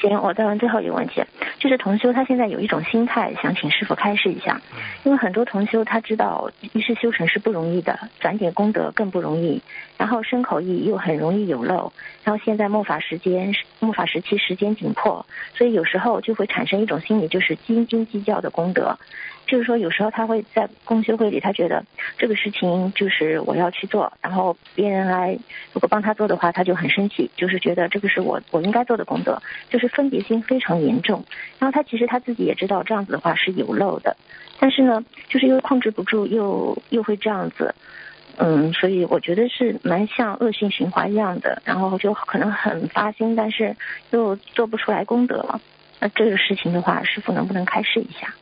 F: 行行，我再问最后一个问题，就是同修他现在有一种心态，想请师傅开示一下。
B: 嗯，
F: 因为很多同修他知道一世修成是不容易的，转点功德更不容易，然后身口意又很容易有漏，然后现在末法时间末法时期时间紧迫，所以有时候就会产生一种心理，就是斤斤计较的功德。就是说，有时候他会在共修会里，他觉得这个事情就是我要去做，然后别人来如果帮他做的话，他就很生气，就是觉得这个是我我应该做的功德，就是分别心非常严重。然后他其实他自己也知道这样子的话是有漏的，但是呢，就是又控制不住，又又会这样子。嗯，所以我觉得是蛮像恶性循环一样的，然后就可能很发心，但是又做不出来功德了。那这个事情的话，师傅能不能开示一下？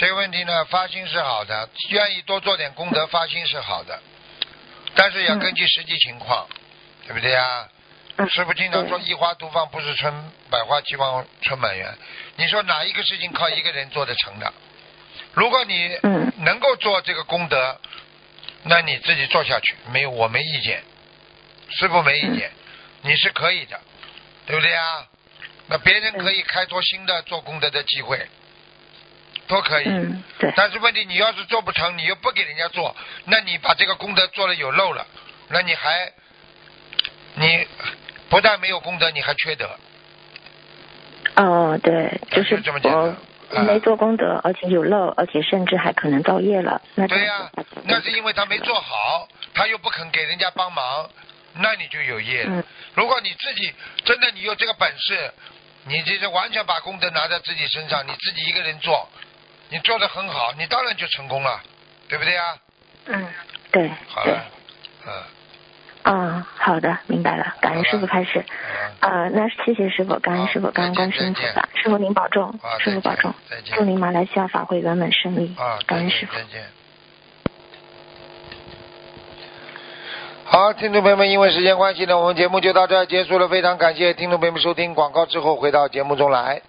B: 这个问题呢，发心是好的，愿意多做点功德，发心是好的，但是要根据实际情况，对不对啊？
F: 嗯
B: 师傅经常说
F: 对
B: 一花独放不是春，百花齐放春满园。你说哪一个事情靠一个人做得成的？如果你
F: 嗯
B: 能够做这个功德，那你自己做下去，没有我没意见，师傅没意
F: 嗯
B: 见，你是可以的，对不对啊？那别人可以开拓新的做功德的机会，都可以。
F: 嗯，对，
B: 但是问题，你要是做不成，你又不给人家做，那你把这个功德做了有漏了，那你还，你不但没有功德，你还缺德，
F: 哦，对，
B: 就
F: 就是
B: 这么简单
F: 我。
B: 啊
F: 没做功德，而且有漏，而且甚至还可能造业了。那这
B: 对
F: 样
B: 呀、
F: 子把自己
B: 那是因为他没做好，他又不肯给人家帮忙，那你就有业了。
F: 嗯
B: 如果你自己真的你有这个本事，你这是完全把功德拿在自己身上，你自己一个人做，你做的很好，你当然就成功了，对不对呀、
F: 嗯，对
B: 好
F: 对
B: 了，嗯，
F: 啊、好的，明白了，感恩师
B: 好
F: 傅
B: 了
F: 开始。
B: 好
F: 啊，那谢谢师傅，感恩师傅，感恩观世音菩萨，师傅您保重
B: 啊，
F: 师傅保重
B: 再见再，见
F: 祝您马来西亚法会圆满顺利
B: 啊，，
F: 感恩
B: 再见
F: 师傅。
B: 再见。好，听众朋友们，因为时间关系呢，我们节目就到这儿结束了。非常感谢听众朋友们收听广告之后回到节目中来。